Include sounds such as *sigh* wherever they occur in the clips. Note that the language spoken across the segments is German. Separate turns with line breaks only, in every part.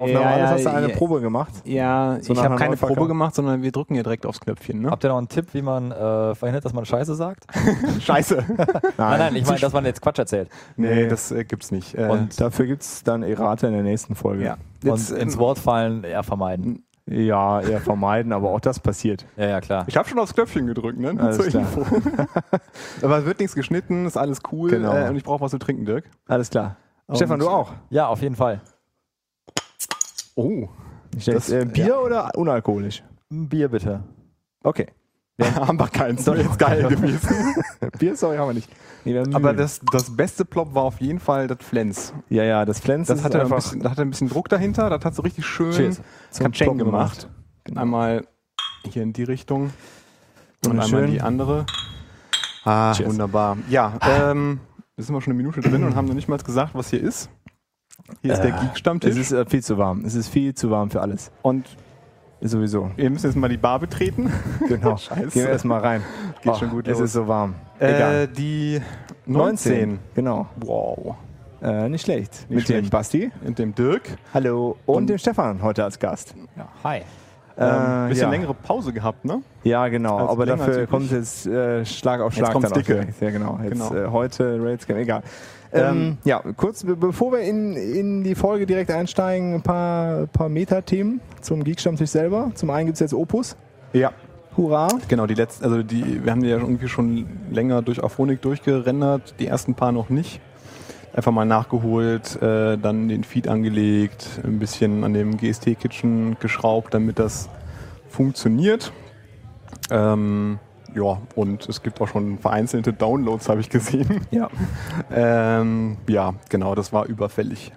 Aufnahme
Ja,
an? Das
ja,
hast du eine
ja.
Probe gemacht?
Ja,
So nach
ich habe
einer
keine
Nordfackel.
Probe gemacht, sondern wir drücken hier direkt aufs Knöpfchen.
*laughs*
Ne?
*laughs* Habt ihr noch einen Tipp, wie man äh, verhindert, dass man Scheiße sagt?
*laughs* Scheiße.
Nein, nein, ich meine,
*laughs*
dass man jetzt Quatsch erzählt.
nee, das äh, gibt's nicht. Äh,
Und-
dafür gibt's dann Errate in der nächsten Folge.
Ja.
Jetzt,
und ins
ähm,
Wort fallen eher vermeiden.
ja, eher vermeiden, aber auch das passiert.
Ja, ja, klar.
Ich habe schon aufs Knöpfchen gedrückt, ne? Nur
Alles
*laughs* zur
klar.
Info.
*laughs*
Aber es wird nichts geschnitten, ist alles cool.
Genau.
Äh, und ich brauche was zu trinken, Dirk.
Alles klar. Stefan, du auch?
Ja, auf jeden Fall.
Oh.
Das, äh, Bier oder unalkoholisch?
Ein Bier bitte.
Okay.
*laughs* haben wir keins. Doch jetzt *laughs* geil gewesen.
Bier, sorry, haben wir nicht. Nee, wir haben
Aber
Mühlen.
das, das beste Plop war auf jeden Fall das Flens.
ja, ja, das Pflänzen
Das
ist
hatte, ein bisschen, das hatte ein bisschen Druck dahinter. Das hat so richtig schön
Cheers.
zum Cheng
Ploppen
gemacht. Einmal hier in die Richtung und einmal in
Wunderschön.
die andere. Ah,
Cheers.
wunderbar. Ja, ähm, jetzt sind wir schon eine Minute drin und haben noch nicht mal gesagt, was hier ist. Hier ist der
Es
Geek-Stammtisch.
ist äh, viel zu warm. Es ist viel zu warm für alles.
und
Ist
*laughs*
sowieso.
wir müssen jetzt mal die Bar betreten.
Genau. Gehen wir erstmal rein. Oh,
Geht schon gut
Es
los.
ist so warm.
Äh, die 19.
Genau.
Wow.
Äh, nicht schlecht. Mit dem
schlecht.
Basti.
Und dem Dirk.
Hallo. Und, dem Stefan heute als Gast.
Ja, hi.
Ein ähm, bisschen
Äh, ja.
längere Pause gehabt, ne?
Ja, genau.
Als
Aber
länger als
dafür
üblich.
kommt jetzt äh, Schlag auf Schlag.
kommt's
dann auch
dicke.
direkt. Ja, genau. Jetzt
Genau.
Äh, heute Raids Game, egal. Ähm, ja, kurz be bevor wir in, in die Folge direkt einsteigen, ein paar, paar Meta-Themen zum Geek-Stammtisch selber. Zum einen gibt's jetzt Opus.
Ja.
Hurra.
Genau, die letzten, also die, wir haben die ja irgendwie schon länger durch Afronik durchgerendert, die ersten paar noch nicht. Einfach mal nachgeholt, äh, dann den Feed angelegt, ein bisschen an dem GST-Kitchen geschraubt, damit das funktioniert. Ähm, ja, und es gibt auch schon vereinzelte Downloads, habe ich gesehen. *laughs*
Ja.
ähm, ja, genau, das war überfällig.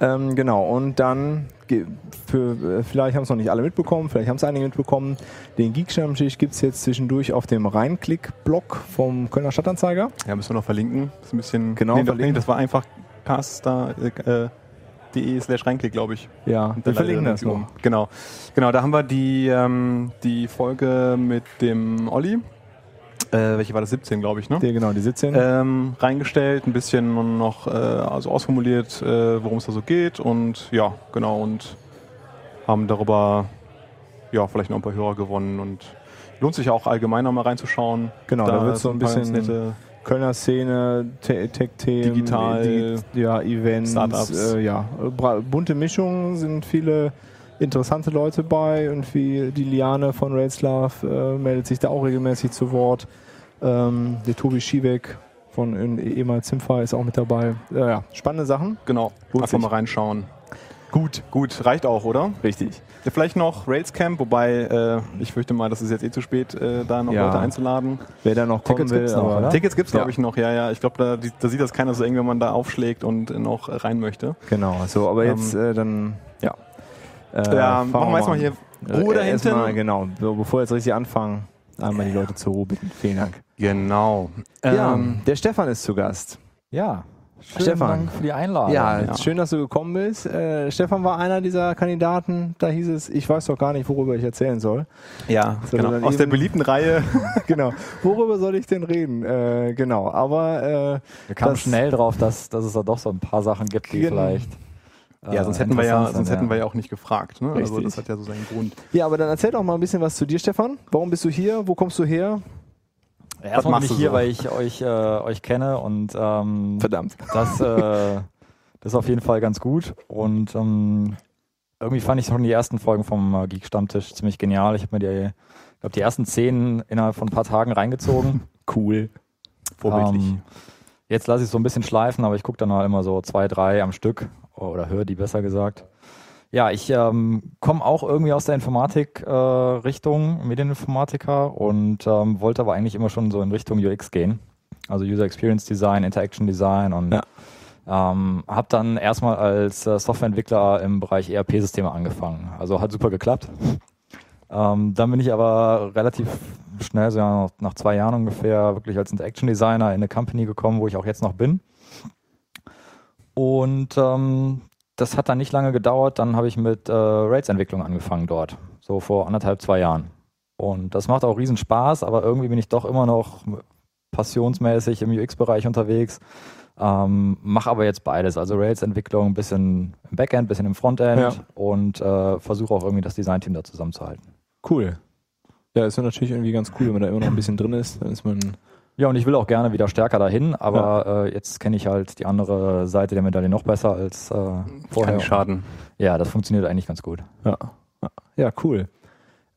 Ähm, genau, und dann, ge- für, äh, vielleicht haben es noch nicht alle mitbekommen, vielleicht haben es einige mitbekommen, den Geek-Stammtisch gibt es jetzt zwischendurch auf dem Reinklick-Blog vom Kölner Stadtanzeiger.
Ja, müssen wir noch verlinken. Ist ein bisschen
Genau,
Nee, doch,
verlinken.
nee, das war einfach caster.de äh, slash reinklick, glaube ich.
Ja, wir
Dann
verlinken
leider
das
irgendwie
noch.
um. Genau. Genau, da haben wir die, ähm, die Folge mit dem Olli. Äh, welche war das? 17, glaube ich, ne?
Der, genau, die 17.
Ähm, reingestellt, ein bisschen noch äh, also ausformuliert, äh, worum es da so geht und ja, genau, und haben darüber ja vielleicht noch ein paar Hörer gewonnen und lohnt sich auch allgemein noch mal reinzuschauen.
genau, da, wird
sind
so ein
paar ganz
bisschen
nette
Kölner Szene, Te- Tech-Themen,
Digital,
die- ja, Events,
Startups.
Äh, ja, bra- bunte Mischungen sind viele interessante Leute bei. Irgendwie die Liane von Railslav äh, meldet sich da auch regelmäßig zu Wort. Ähm, der Tobi Schiewek von in- ehemals Zimfer ist auch mit dabei. Ja, ja, spannende Sachen.
Genau,
Lohnt
einfach
sich.
mal reinschauen. Gut, gut, reicht auch, oder?
Richtig.
Ja, Vielleicht noch Rails Camp, wobei äh, ich fürchte mal, das ist jetzt eh zu spät, äh, da noch
Ja.
Leute einzuladen.
Wer da noch kommen
Tickets
will,
gibt's noch,
aber-
oder?
Tickets gibt es, glaube
Ja.
ich, noch. Ja, ja. Ich glaube, da, die- da sieht das keiner so eng, wenn man da aufschlägt und äh, noch rein möchte.
Genau, so, aber
Ähm,
jetzt äh, dann, ja. Äh,
ja,
fangen
machen wir erstmal
an.
hier Ruhe
Äh,
da hinten.
erstmal, Genau, so, bevor wir jetzt richtig anfangen, einmal die Leute zur Ruhe bitten. Vielen Dank.
Genau.
Ja,
Ähm,
der Stefan ist zu Gast.
Ja. Schönen
Stefan.
Dank für die Einladung.
ja,
ja.
schön, dass du gekommen bist. Äh, Stefan war einer dieser Kandidaten. Da hieß es, ich weiß doch gar nicht, worüber ich erzählen soll. *laughs*
ja,
Sollen wir
genau.
dann
Aus der
eben-
beliebten Reihe.
genau. Worüber soll ich denn reden? Äh, genau. Aber äh,
Wir kamen
das-
schnell drauf, dass, dass es da doch so ein paar Sachen gibt, die
Gen-
vielleicht.
*laughs*
äh,
ja, sonst hätten wir ja, sonst hätten wir
ja.
ja auch nicht gefragt. Ne? Also
Richtig.
das hat ja so seinen Grund.
äh, ja, aber dann erzähl doch mal ein bisschen was zu dir, Stefan. Warum bist du hier? Wo kommst du her?
Erstmal
machst
bin
du
ich hier,
so?
weil ich euch, äh, euch kenne und ähm,
Verdammt.
das, äh, das ist auf jeden Fall ganz gut. Und ähm, irgendwie fand ich schon die ersten Folgen vom äh, Geek Stammtisch ziemlich genial. Ich habe mir die, ich glaub, die ersten zehn innerhalb von ein paar Tagen reingezogen.
Cool.
Vorbildlich.
Ähm, jetzt lasse ich es so ein bisschen schleifen, aber ich gucke dann halt immer so zwei, drei am Stück oder höre die besser gesagt. Ja, ich ähm, komme auch irgendwie aus der Informatik-Richtung, Medieninformatiker und ähm, wollte aber eigentlich immer schon so in Richtung UX gehen. Also User Experience Design, Interaction Design und
Ja.
ähm, habe dann erstmal als äh, Softwareentwickler im Bereich E ERP-Systeme angefangen. Also hat super geklappt. Ähm, dann bin ich aber relativ schnell, so ja, nach zwei Jahren ungefähr, wirklich als Interaction Designer in eine Company gekommen, wo ich auch jetzt noch bin. Und ähm, das hat dann nicht lange gedauert. Dann habe ich mit äh, Rails-Entwicklung angefangen dort, so vor anderthalb, zwei Jahren. Und das macht auch riesen Spaß, aber irgendwie bin ich doch immer noch passionsmäßig im UX-Bereich unterwegs. Ähm, Mache aber jetzt beides, also Rails-Entwicklung, ein bisschen im Backend, ein bisschen im Frontend
Ja.
und äh, versuche auch irgendwie das Design-Team da zusammenzuhalten.
Cool. Ja, ist ja natürlich irgendwie ganz cool, wenn man da immer noch ein bisschen drin ist. Dann ist man.
Ja, und ich will auch gerne wieder stärker dahin, aber äh, jetzt kenne ich halt die andere Seite der Medaille noch besser als äh, vorher.
Kann nicht schaden.
Ja, das funktioniert eigentlich ganz gut.
Ja, ja cool.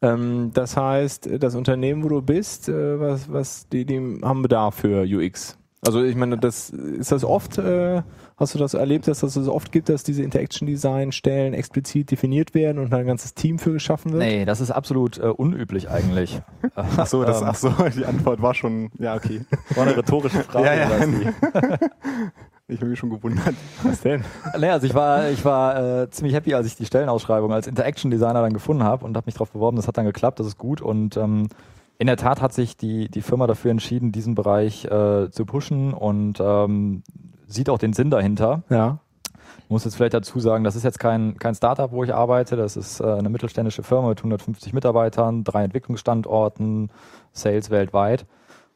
Ähm, das heißt, das Unternehmen, wo du bist, äh, was, was, die, die haben Bedarf für UX. Also ich meine, das ist das oft, äh, hast du das erlebt, dass das es oft gibt, dass diese Interaction Design Stellen explizit definiert werden und da ein ganzes Team für geschaffen wird?
Nee, das ist absolut äh, unüblich eigentlich. Äh,
Ach so, das, ach so, die Antwort war schon, ja, okay.
War eine rhetorische Frage.
*laughs* Ja, ja.
oder wie?
Ich habe mich schon gewundert.
Was denn?
Naja, also ich war, ich war äh, ziemlich happy, als ich die Stellenausschreibung als Interaction Designer dann gefunden habe und habe mich darauf beworben. Das hat dann geklappt, das ist gut. Und ähm, in der Tat hat sich die, die Firma dafür entschieden, diesen Bereich äh, zu pushen und ähm, sieht auch den Sinn dahinter.
Ja.
Ich muss jetzt vielleicht dazu sagen, das ist jetzt kein, kein Startup, wo ich arbeite. Das ist äh, eine mittelständische Firma mit 150 Mitarbeitern, drei Entwicklungsstandorten, Sales weltweit.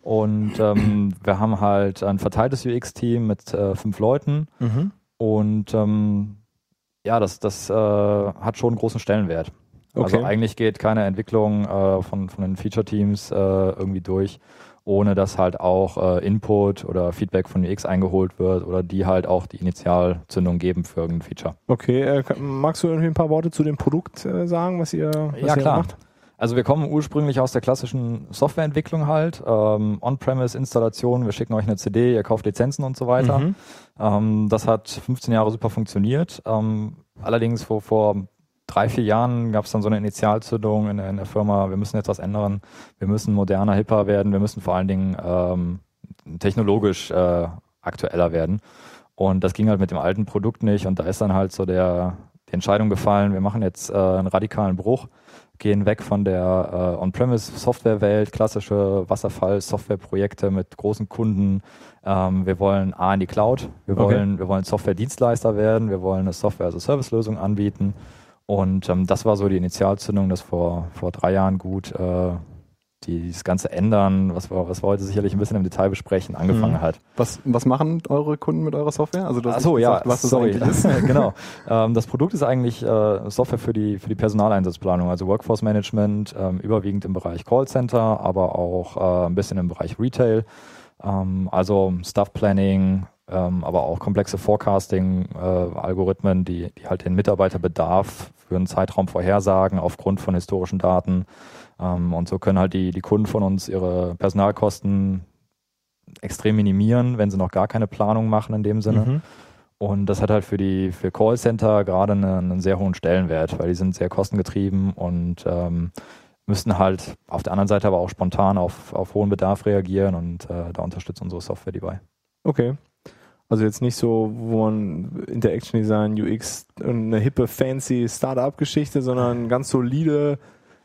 Und ähm, wir haben halt ein verteiltes UX-Team mit äh, fünf Leuten.
Mhm.
Und ähm, ja, das, das äh, hat schon großen Stellenwert.
Okay.
Also eigentlich geht keine Entwicklung äh, von, von den Feature-Teams äh, irgendwie durch, ohne dass halt auch äh, Input oder Feedback von UX eingeholt wird oder die halt auch die Initialzündung geben für irgendein Feature.
Okay, äh, kann- magst du irgendwie ein paar Worte zu dem Produkt äh, sagen, was ihr, was
ja,
ihr
klar.
macht?
Also wir kommen ursprünglich aus der klassischen Softwareentwicklung halt, ähm, On-Premise-Installation, wir schicken euch eine CD, ihr kauft Lizenzen und so weiter.
Mhm.
Ähm, das hat 15 Jahre super funktioniert. Ähm, allerdings vor, vor drei, vier Jahren gab es dann so eine Initialzündung in der, in der Firma, wir müssen jetzt was ändern, wir müssen moderner, hipper werden, wir müssen vor allen Dingen ähm, technologisch äh, aktueller werden. Und das ging halt mit dem alten Produkt nicht und da ist dann halt so der, die Entscheidung gefallen, wir machen jetzt äh, einen radikalen Bruch, gehen weg von der äh, On-Premise-Software-Welt, klassische Wasserfall-Software-Projekte mit großen Kunden. Ähm, wir wollen A in die Cloud, wir
Okay.
wollen, wir wollen Software-Dienstleister werden, wir wollen eine Software-as-a-Service-Lösung anbieten. Und ähm, das war so die Initialzündung, dass vor, vor drei Jahren gut äh, die, das ganze Ändern, was wir, was wir heute sicherlich ein bisschen im Detail besprechen, angefangen
Mhm.
hat.
Was, was machen eure Kunden mit eurer Software? Also, du hast
Ach so,
nicht
ja,
gesagt, was das
sorry.
eigentlich ist.
*laughs* genau. Ähm, das Produkt ist eigentlich äh, Software für die, für die Personaleinsatzplanung, also Workforce Management, ähm, überwiegend im Bereich Callcenter, aber auch äh, ein bisschen im Bereich Retail. Ähm, also Staff Planning, ähm, aber auch komplexe Forecasting-Algorithmen, die, die halt den Mitarbeiterbedarf für einen Zeitraum vorhersagen aufgrund von historischen Daten. Ähm, und so können halt die, die Kunden von uns ihre Personalkosten extrem minimieren, wenn sie noch gar keine Planung machen in dem Sinne.
Mhm.
Und das hat halt für die für Callcenter gerade einen, einen sehr hohen Stellenwert, weil die sind sehr kostengetrieben und ähm, müssen halt auf der anderen Seite aber auch spontan auf, auf hohen Bedarf reagieren und äh, da unterstützt unsere Software die bei.
Okay. Also jetzt nicht so, wo man Interaction Design, UX und eine hippe, fancy Startup-Geschichte, sondern ganz solide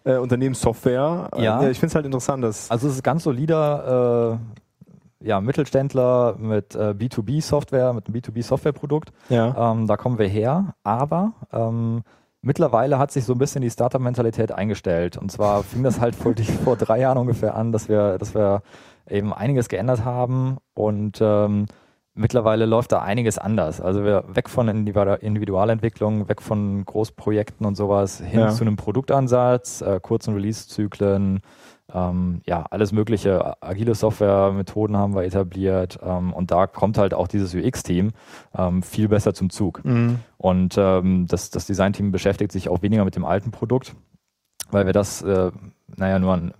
äh, Unternehmenssoftware.
Ja.
Äh, ich finde es halt interessant, dass.
Also es ist ganz solider äh, ja, Mittelständler mit äh, B2B-Software, mit einem B2B-Software-Produkt.
Ja.
Ähm, da kommen wir her, aber ähm, mittlerweile hat sich so ein bisschen die Startup-Mentalität eingestellt. Und zwar fing das halt vor, die, vor drei Jahren ungefähr an, dass wir, dass wir eben einiges geändert haben und ähm, mittlerweile läuft da einiges anders. Also wir weg von Individu- Individualentwicklung, weg von Großprojekten und sowas, hin
Ja.
zu einem Produktansatz, äh, kurzen Release-Zyklen, ähm, ja, alles mögliche. Agile Software-Methoden haben wir etabliert ähm, und da kommt halt auch dieses UX-Team ähm, viel besser zum Zug.
*laughs* Mhm.
Und ähm, das, das Design-Team beschäftigt sich auch weniger mit dem alten Produkt, weil wir das, äh, naja, nur an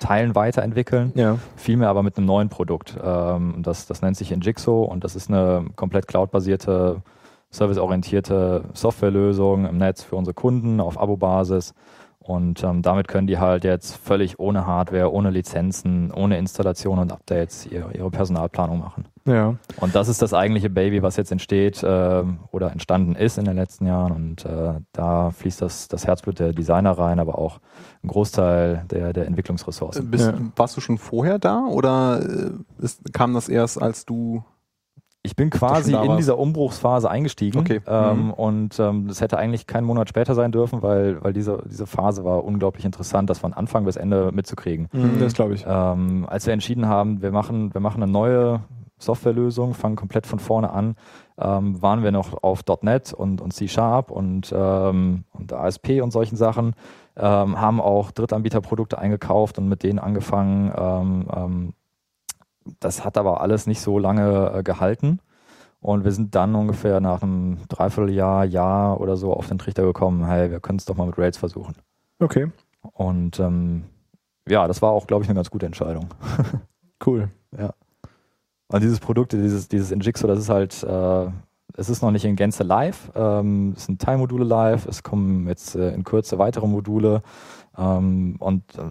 Teilen weiterentwickeln
Ja.
vielmehr aber mit einem neuen Produkt. Ähm, das, das nennt sich Injixo und das ist eine komplett cloud-basierte, serviceorientierte Softwarelösung im Netz für unsere Kunden auf Abo-Basis. Und ähm, damit können die halt jetzt völlig ohne Hardware, ohne Lizenzen, ohne Installation und Updates ihre, ihre Personalplanung machen.
Ja.
Und das ist das eigentliche Baby, was jetzt entsteht ähm, oder entstanden ist in den letzten Jahren. Und äh, da fließt das, das Herzblut der Designer rein, aber auch ein Großteil der, der Entwicklungsressourcen.
Äh, Bist,
Ja.
Warst du schon vorher da oder äh, ist, kam das erst, als du.
Ich bin
schon
quasi
da
in
warst.
dieser Umbruchsphase eingestiegen.
Okay.
Ähm,
Mhm.
Und ähm, das hätte eigentlich keinen Monat später sein dürfen, weil, weil diese, diese Phase war unglaublich interessant, das von Anfang bis Ende mitzukriegen.
Mhm. Das glaube ich.
Ähm, als wir entschieden haben, wir machen, wir machen eine neue Softwarelösung, fangen komplett von vorne an. Ähm, waren wir noch auf .NET und, und C-Sharp und, ähm, und ASP und solchen Sachen, ähm, haben auch Drittanbieterprodukte eingekauft und mit denen angefangen. Ähm, ähm, das hat aber alles nicht so lange äh, gehalten. Und wir sind dann ungefähr nach einem Dreivierteljahr, Jahr oder so auf den Trichter gekommen, hey, wir können es doch mal mit Rails versuchen.
Okay,
Und ähm, ja, das war auch, glaube ich, eine ganz gute Entscheidung.
cool.
Und dieses Produkt, dieses, dieses Injixo, das ist halt, äh, es ist noch nicht in Gänze live. Ähm, es sind Teilmodule live, es kommen jetzt äh, in Kürze weitere Module. Ähm, und äh,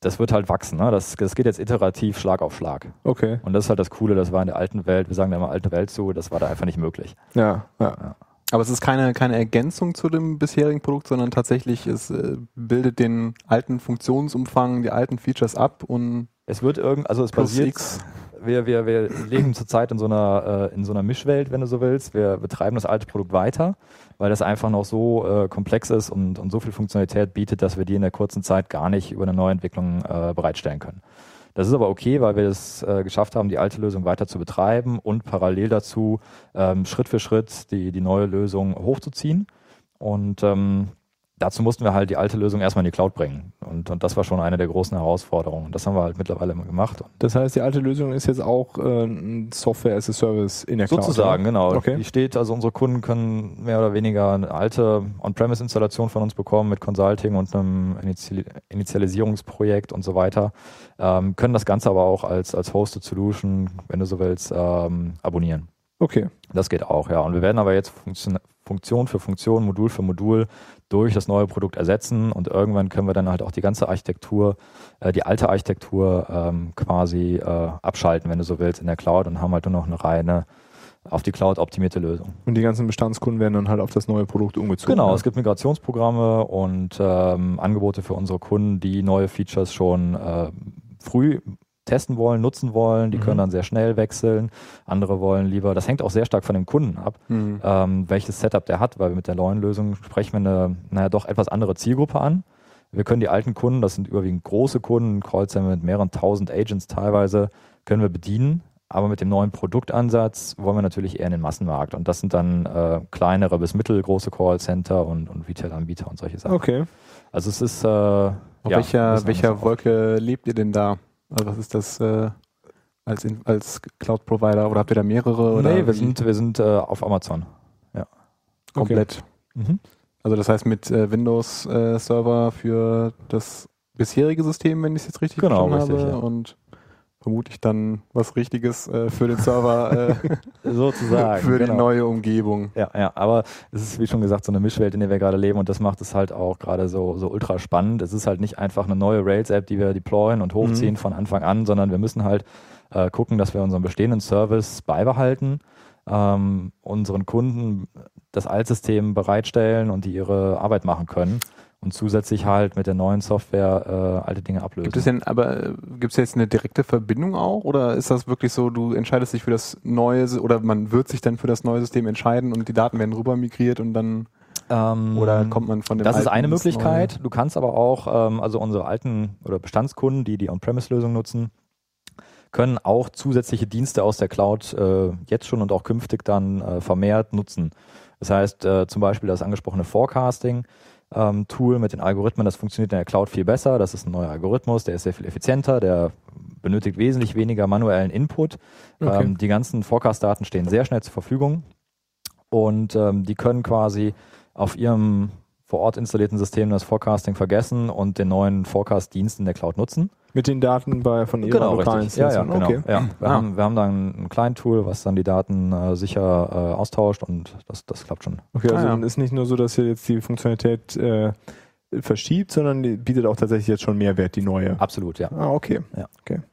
das wird halt wachsen. Ne? Das, das geht jetzt iterativ Schlag auf Schlag.
Okay.
Und das ist halt das Coole, das war in der alten Welt, wir sagen da immer alte Welt zu, das war da einfach nicht möglich.
Ja, ja.
Aber es ist keine, keine Ergänzung zu dem bisherigen Produkt, sondern tatsächlich, es äh, bildet den alten Funktionsumfang, die alten Features ab und
Es wird irgend, also es
plus
basiert
X.
wir, wir, wir leben zurzeit in so einer äh, in so einer Mischwelt, wenn du so willst. Wir betreiben das alte Produkt weiter, weil das einfach noch so äh, komplex ist und, und so viel Funktionalität bietet, dass wir die in der kurzen Zeit gar nicht über eine Neuentwicklung äh, bereitstellen können. Das ist aber okay, weil wir es äh, geschafft haben, die alte Lösung weiter zu betreiben und parallel dazu ähm, Schritt für Schritt die, die neue Lösung hochzuziehen. Und ähm, dazu mussten wir halt die alte Lösung erstmal in die Cloud bringen. Und, und das war schon eine der großen Herausforderungen. Das haben wir halt mittlerweile immer gemacht. Und
Das heißt, die alte Lösung ist jetzt auch äh, ein Software as a Service in der Cloud.
Sozusagen, genau.
Okay.
Die steht, also unsere Kunden können mehr oder weniger eine alte On-Premise-Installation von uns bekommen mit Consulting und einem Initial Initialisierungsprojekt und so weiter. Ähm, können das Ganze aber auch als, als Hosted Solution, wenn du so willst, ähm, abonnieren.
Okay.
Das geht auch, ja. Und wir werden aber jetzt Funktion, Funktion für Funktion, Modul für Modul durch das neue Produkt ersetzen und irgendwann können wir dann halt auch die ganze Architektur, äh, die alte Architektur ähm, quasi äh, abschalten, wenn du so willst, in der Cloud und haben halt nur noch eine reine auf die Cloud optimierte Lösung.
Und die ganzen Bestandskunden werden dann halt auf das neue Produkt umgezogen. ne?
Genau,
Ja.
es gibt Migrationsprogramme und ähm, Angebote für unsere Kunden, die neue Features schon äh, früh testen wollen, nutzen wollen. Die
Mhm.
können dann sehr schnell wechseln. Andere wollen lieber, das hängt auch sehr stark von dem Kunden ab,
Hm.
ähm, welches Setup der hat, weil wir mit der neuen Lösung sprechen wir eine, naja, doch etwas andere Zielgruppe an. Wir können die alten Kunden, das sind überwiegend große Kunden, Callcenter mit mehreren tausend Agents teilweise, können wir bedienen. Aber mit dem neuen Produktansatz wollen wir natürlich eher in den Massenmarkt. Und das sind dann äh, kleinere bis mittelgroße Callcenter und, und Retail-Anbieter und solche Sachen.
Okay.
Also es ist... Äh, ja,
Auf
wir
welcher,
müssen
welcher
anders
Wolke lebt ihr denn da? Also was ist das äh, als, in- als Cloud-Provider oder habt ihr da mehrere? Oder
Nee, wir
wie?
sind, wir sind äh, auf Amazon.
komplett.
Mhm.
Also das heißt mit äh, Windows-Server für das bisherige System, wenn ich es jetzt richtig
Genau,
verstanden
richtig,
habe.
ja.
Und vermutlich dann was Richtiges äh, für den Server äh, *laughs*
Sozusagen.
für die
genau.
neue Umgebung.
Ja, ja, aber es ist, wie schon gesagt, so eine Mischwelt, in der wir gerade leben und das macht es halt auch gerade so, so ultra spannend. Es ist halt nicht einfach eine neue Rails-App, die wir deployen und
Mhm.
hochziehen von Anfang an, sondern wir müssen halt äh, gucken, dass wir unseren bestehenden Service beibehalten, ähm, unseren Kunden das Altsystem bereitstellen und die ihre Arbeit machen können und zusätzlich halt mit der neuen Software äh, alte Dinge ablösen.
Gibt es denn, aber äh, gibt es jetzt eine direkte Verbindung auch? Oder ist das wirklich so, du entscheidest dich für das neue Si- oder man wird sich dann für das neue System entscheiden und die Daten werden rüber migriert und dann
ähm,
oder kommt man von dem
Das ist
alten
eine
ins neue?
Möglichkeit. Du kannst aber auch, ähm, also unsere alten oder Bestandskunden, die die On-Premise-Lösung nutzen, können auch zusätzliche Dienste aus der Cloud äh, jetzt schon und auch künftig dann äh, vermehrt nutzen. Das heißt äh, zum Beispiel das angesprochene Forecasting-Tool ähm, mit den Algorithmen, das funktioniert in der Cloud viel besser. Das ist ein neuer Algorithmus, der ist sehr viel effizienter, der benötigt wesentlich weniger manuellen Input.
Okay.
Ähm, die ganzen Forecast-Daten stehen sehr schnell zur Verfügung und ähm, die können quasi auf ihrem vor Ort installierten System das Forecasting vergessen und den neuen Forecast-Dienst in der Cloud nutzen.
Mit den Daten bei, von ihrer Genau, lokalen
richtig. Ja, ja,
Installation.
genau.
Okay.
Ja. Wir,
Ah.
haben, wir haben dann ein Client-Tool, was dann die Daten äh, sicher äh, austauscht und das, das klappt schon.
Okay, also
Ah, ja.
ist nicht nur so, dass ihr jetzt die Funktionalität äh, verschiebt, sondern die bietet auch tatsächlich jetzt schon Mehrwert, die neue.
Absolut, ja.
Ah, okay.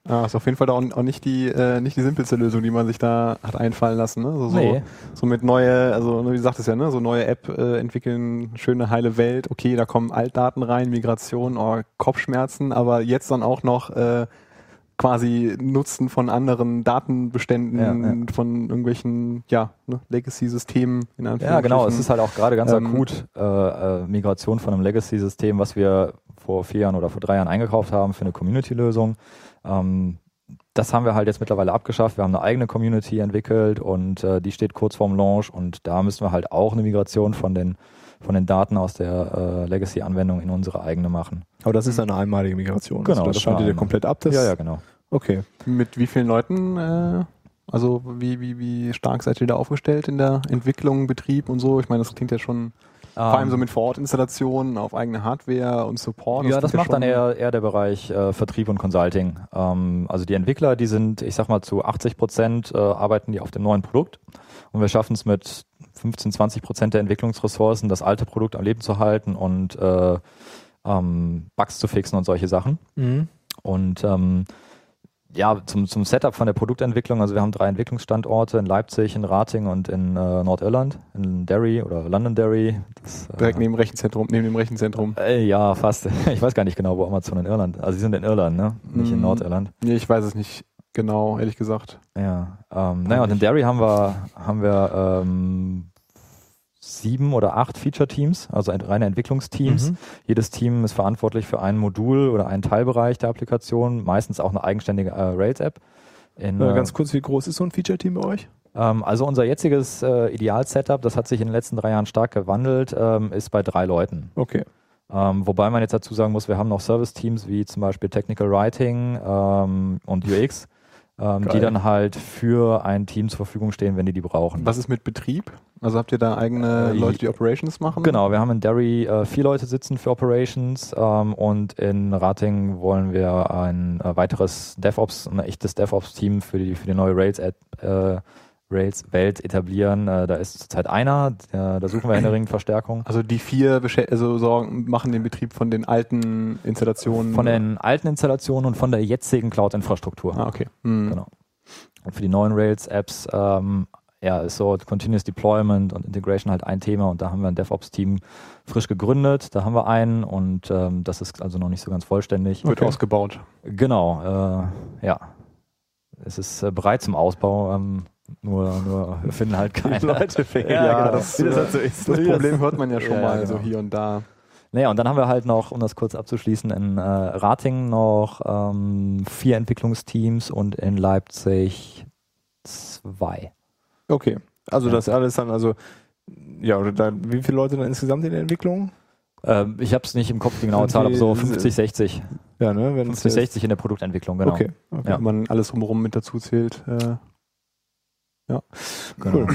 Ah, ist auf jeden Fall auch, auch nicht die äh, nicht die simpelste Lösung, die man sich da hat einfallen lassen. Ne? So, so,
Nee.
so mit neue, also ne, wie sagt es ja, ne, so neue App äh, entwickeln, schöne heile Welt. Okay, da kommen Altdaten rein, Migration, oh, Kopfschmerzen, aber jetzt dann auch noch äh, quasi Nutzen von anderen Datenbeständen,
Ja, ja.
von irgendwelchen ja ne, Legacy-Systemen in Anführungszeichen.
Ja, genau. Es ist halt auch gerade ganz
Ähm,
akut äh, äh, Migration von einem Legacy-System, was wir vor vier Jahren oder vor drei Jahren eingekauft haben für eine Community-Lösung. Ähm, das haben wir halt jetzt mittlerweile abgeschafft. Wir haben eine eigene Community entwickelt und äh, die steht kurz vorm Launch und da müssen wir halt auch eine Migration von den, von den Daten aus der äh, Legacy-Anwendung in unsere eigene machen.
Aber das ist eine einmalige Migration.
Genau,
Also Mhm.
das
das
ist eine
schaltet ihr
einmalige.
komplett ab. Das
ja, ja, genau.
Okay.
Mit wie vielen Leuten, äh, also wie, wie, wie stark seid ihr da aufgestellt in der Entwicklung, Betrieb und so? Ich meine, das klingt ja schon vor allem so
Ähm,
mit Vorortinstallationen auf eigene Hardware und Support.
ja, das
klingt
macht dann
schon-
eher, eher der Bereich äh, Vertrieb und Consulting. Ähm, also die Entwickler, die sind, ich sag mal, zu 80 Prozent äh, arbeiten die auf dem neuen Produkt und wir schaffen es mit 15, 20 Prozent der Entwicklungsressourcen, das alte Produkt am Leben zu halten und äh, ähm, Bugs zu fixen und solche Sachen.
Mhm.
Und ähm, ja, zum, zum Setup von der Produktentwicklung, also wir haben drei Entwicklungsstandorte in Leipzig, in Rating und in äh, Nordirland, in Derry oder Londonderry. Das, äh,
Direkt neben dem Rechenzentrum, neben dem Rechenzentrum.
äh, ja, fast. *laughs* Ich weiß gar nicht genau, wo Amazon in Irland. Also sie sind in Irland, ne? Nicht in
Mhm.
Nordirland.
Nee, ich weiß es nicht genau, ehrlich gesagt.
Ja. Ähm, naja, und in Derry haben wir, haben wir ähm, sieben oder acht Feature-Teams, also ent- reine Entwicklungsteams.
Mhm.
Jedes Team ist verantwortlich für ein Modul oder einen Teilbereich der Applikation, meistens auch eine eigenständige äh, Rails-App. In,
Äh,
äh,
ganz kurz, wie groß ist so ein Feature-Team bei euch?
Ähm, also unser jetziges äh, Ideal-Setup, das hat sich in den letzten drei Jahren stark gewandelt, ähm, ist bei drei Leuten.
Okay.
Ähm, wobei man jetzt dazu sagen muss, wir haben noch Service-Teams wie zum Beispiel Technical Writing ähm, und UX, ähm, die
Geil.
dann halt für ein Team zur Verfügung stehen, wenn die die brauchen.
Was ist mit Betrieb? Also habt ihr da eigene
Äh,
Leute, die Operations machen?
Genau, wir haben in Derry äh, vier Leute sitzen für Operations ähm, und in Rating wollen wir ein äh, weiteres DevOps, ein echtes DevOps-Team für die, für die neue Rails-App. Äh, Rails-Welt etablieren. Äh, da ist zurzeit einer, äh, da suchen wir händeringend Verstärkung.
Also die vier beschä- also sorgen, machen den Betrieb von den alten Installationen.
Von den alten Installationen und von der jetzigen Cloud-Infrastruktur.
Ah, okay. Hm.
Genau. Und für die neuen Rails-Apps, ähm, ja, ist so Continuous Deployment und Integration halt ein Thema und da haben wir ein DevOps-Team frisch gegründet, da haben wir einen und ähm, das ist also noch nicht so ganz vollständig.
Wird
Okay.
ausgebaut.
Genau, äh, ja. Es ist äh, bereit zum Ausbau, ähm, nur, nur wir finden halt keine Leute. Ja, genau.
das,
Wie das
das,
halt so ist.
Problem hört man ja schon
Ja,
mal so
genau.
hier und da.
Naja, und dann haben wir halt noch, um das kurz abzuschließen, in äh, Rating noch ähm, vier Entwicklungsteams und in Leipzig zwei.
Okay. Also
Ja.
das alles dann, also ja, oder da, wie viele Leute dann insgesamt in der Entwicklung?
Ähm, ich habe es nicht im Kopf, die genaue
Irgendwie
Zahl, aber so
sind-
50, 60.
Ja, ne? Wenn es
50, 60 in der Produktentwicklung, genau.
Okay. okay.
Ja.
Wenn man alles drumherum mit dazu zählt. Äh,
genau.
Cool.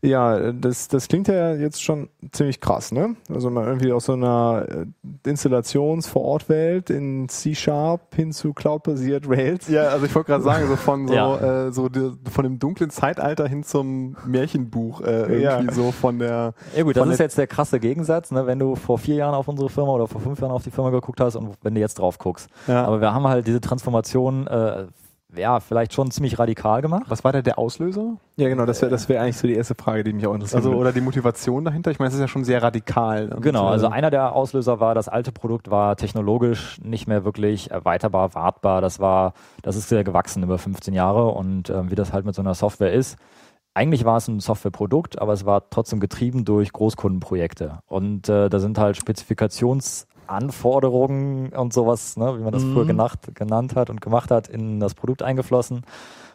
Ja, das, das klingt ja jetzt schon ziemlich krass, ne? Also mal irgendwie aus so einer äh, Installations-Vor-Ort-Welt in C-Sharp hin zu Cloud-basiert Rails.
Ja, also ich wollte gerade sagen, so von so,
Ja.
äh, so die, von dem dunklen Zeitalter hin zum Märchenbuch, äh,
Ja.
irgendwie so von der
Ja gut, das
Von
ist
der-
jetzt der krasse Gegensatz, ne, wenn du vor vier Jahren auf unsere Firma oder vor fünf Jahren auf die Firma geguckt hast und wenn du jetzt drauf guckst. Aber wir haben halt diese Transformation, äh, ja, vielleicht schon ziemlich radikal gemacht.
was war da der Auslöser?
Ja, genau, das wäre das wär eigentlich so die erste Frage, die mich auch interessiert.
Also oder die Motivation dahinter? Ich meine, es ist ja schon sehr radikal. Und,
Genau, also
äh,
einer der Auslöser war, das alte Produkt war technologisch nicht mehr wirklich erweiterbar, wartbar. Das war, das ist sehr gewachsen über 15 Jahre und ähm, wie das halt mit so einer Software ist. Eigentlich war es ein Softwareprodukt, aber es war trotzdem getrieben durch Großkundenprojekte. Und äh, da sind halt Spezifikationsanforderungen und sowas, ne, wie man das
Mhm.
früher genacht, genannt hat und gemacht hat, in das Produkt eingeflossen.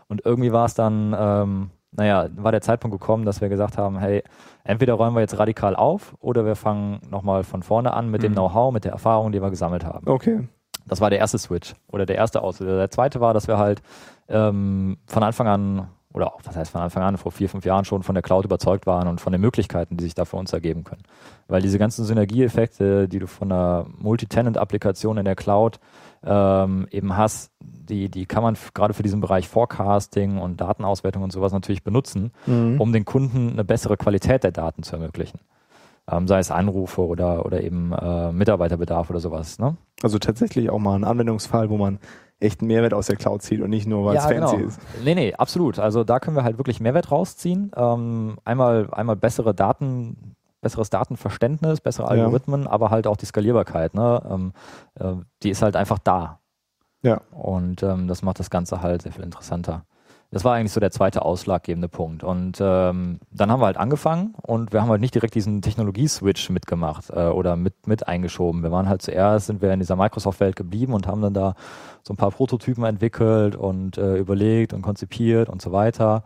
Und irgendwie war es dann, ähm, naja, war der Zeitpunkt gekommen, dass wir gesagt haben, hey, entweder räumen wir jetzt radikal auf oder wir fangen nochmal von vorne an mit dem Know-how, mit der Erfahrung, die wir gesammelt haben.
okay.
Das war der erste Switch oder der erste Auslöser. Der zweite war, dass wir halt ähm, von Anfang an, oder auch, was heißt von Anfang an, vor vier, fünf Jahren schon von der Cloud überzeugt waren und von den Möglichkeiten, die sich da für uns ergeben können. Weil diese ganzen Synergieeffekte, die du von einer Multitenant-Applikation in der Cloud ähm, eben hast, die, die kann man f- gerade für diesen Bereich Forecasting und Datenauswertung und sowas natürlich benutzen
Mhm.
um den Kunden eine bessere Qualität der Daten zu ermöglichen. Ähm, sei es Anrufe oder, oder eben äh, Mitarbeiterbedarf oder sowas. Ne?
Also tatsächlich auch mal ein Anwendungsfall, wo man echt einen Mehrwert aus der Cloud zieht und nicht nur, weil es fancy ist.
genau. Nee, nee, absolut. Also da können wir halt wirklich Mehrwert rausziehen. Ähm, einmal, einmal bessere Daten, besseres Datenverständnis, bessere
Ja.
Algorithmen, aber halt auch die Skalierbarkeit. Ne? Ähm, äh, die ist halt einfach da.
Ja.
Und ähm, das macht das Ganze halt sehr viel interessanter. Das war eigentlich so der zweite ausschlaggebende Punkt. Und ähm, dann haben wir halt angefangen und wir haben halt nicht direkt diesen Technologie-Switch mitgemacht äh, oder mit, mit eingeschoben. Wir waren halt zuerst, sind wir in dieser Microsoft-Welt geblieben und haben dann da so ein paar Prototypen entwickelt und äh, überlegt und konzipiert und so weiter.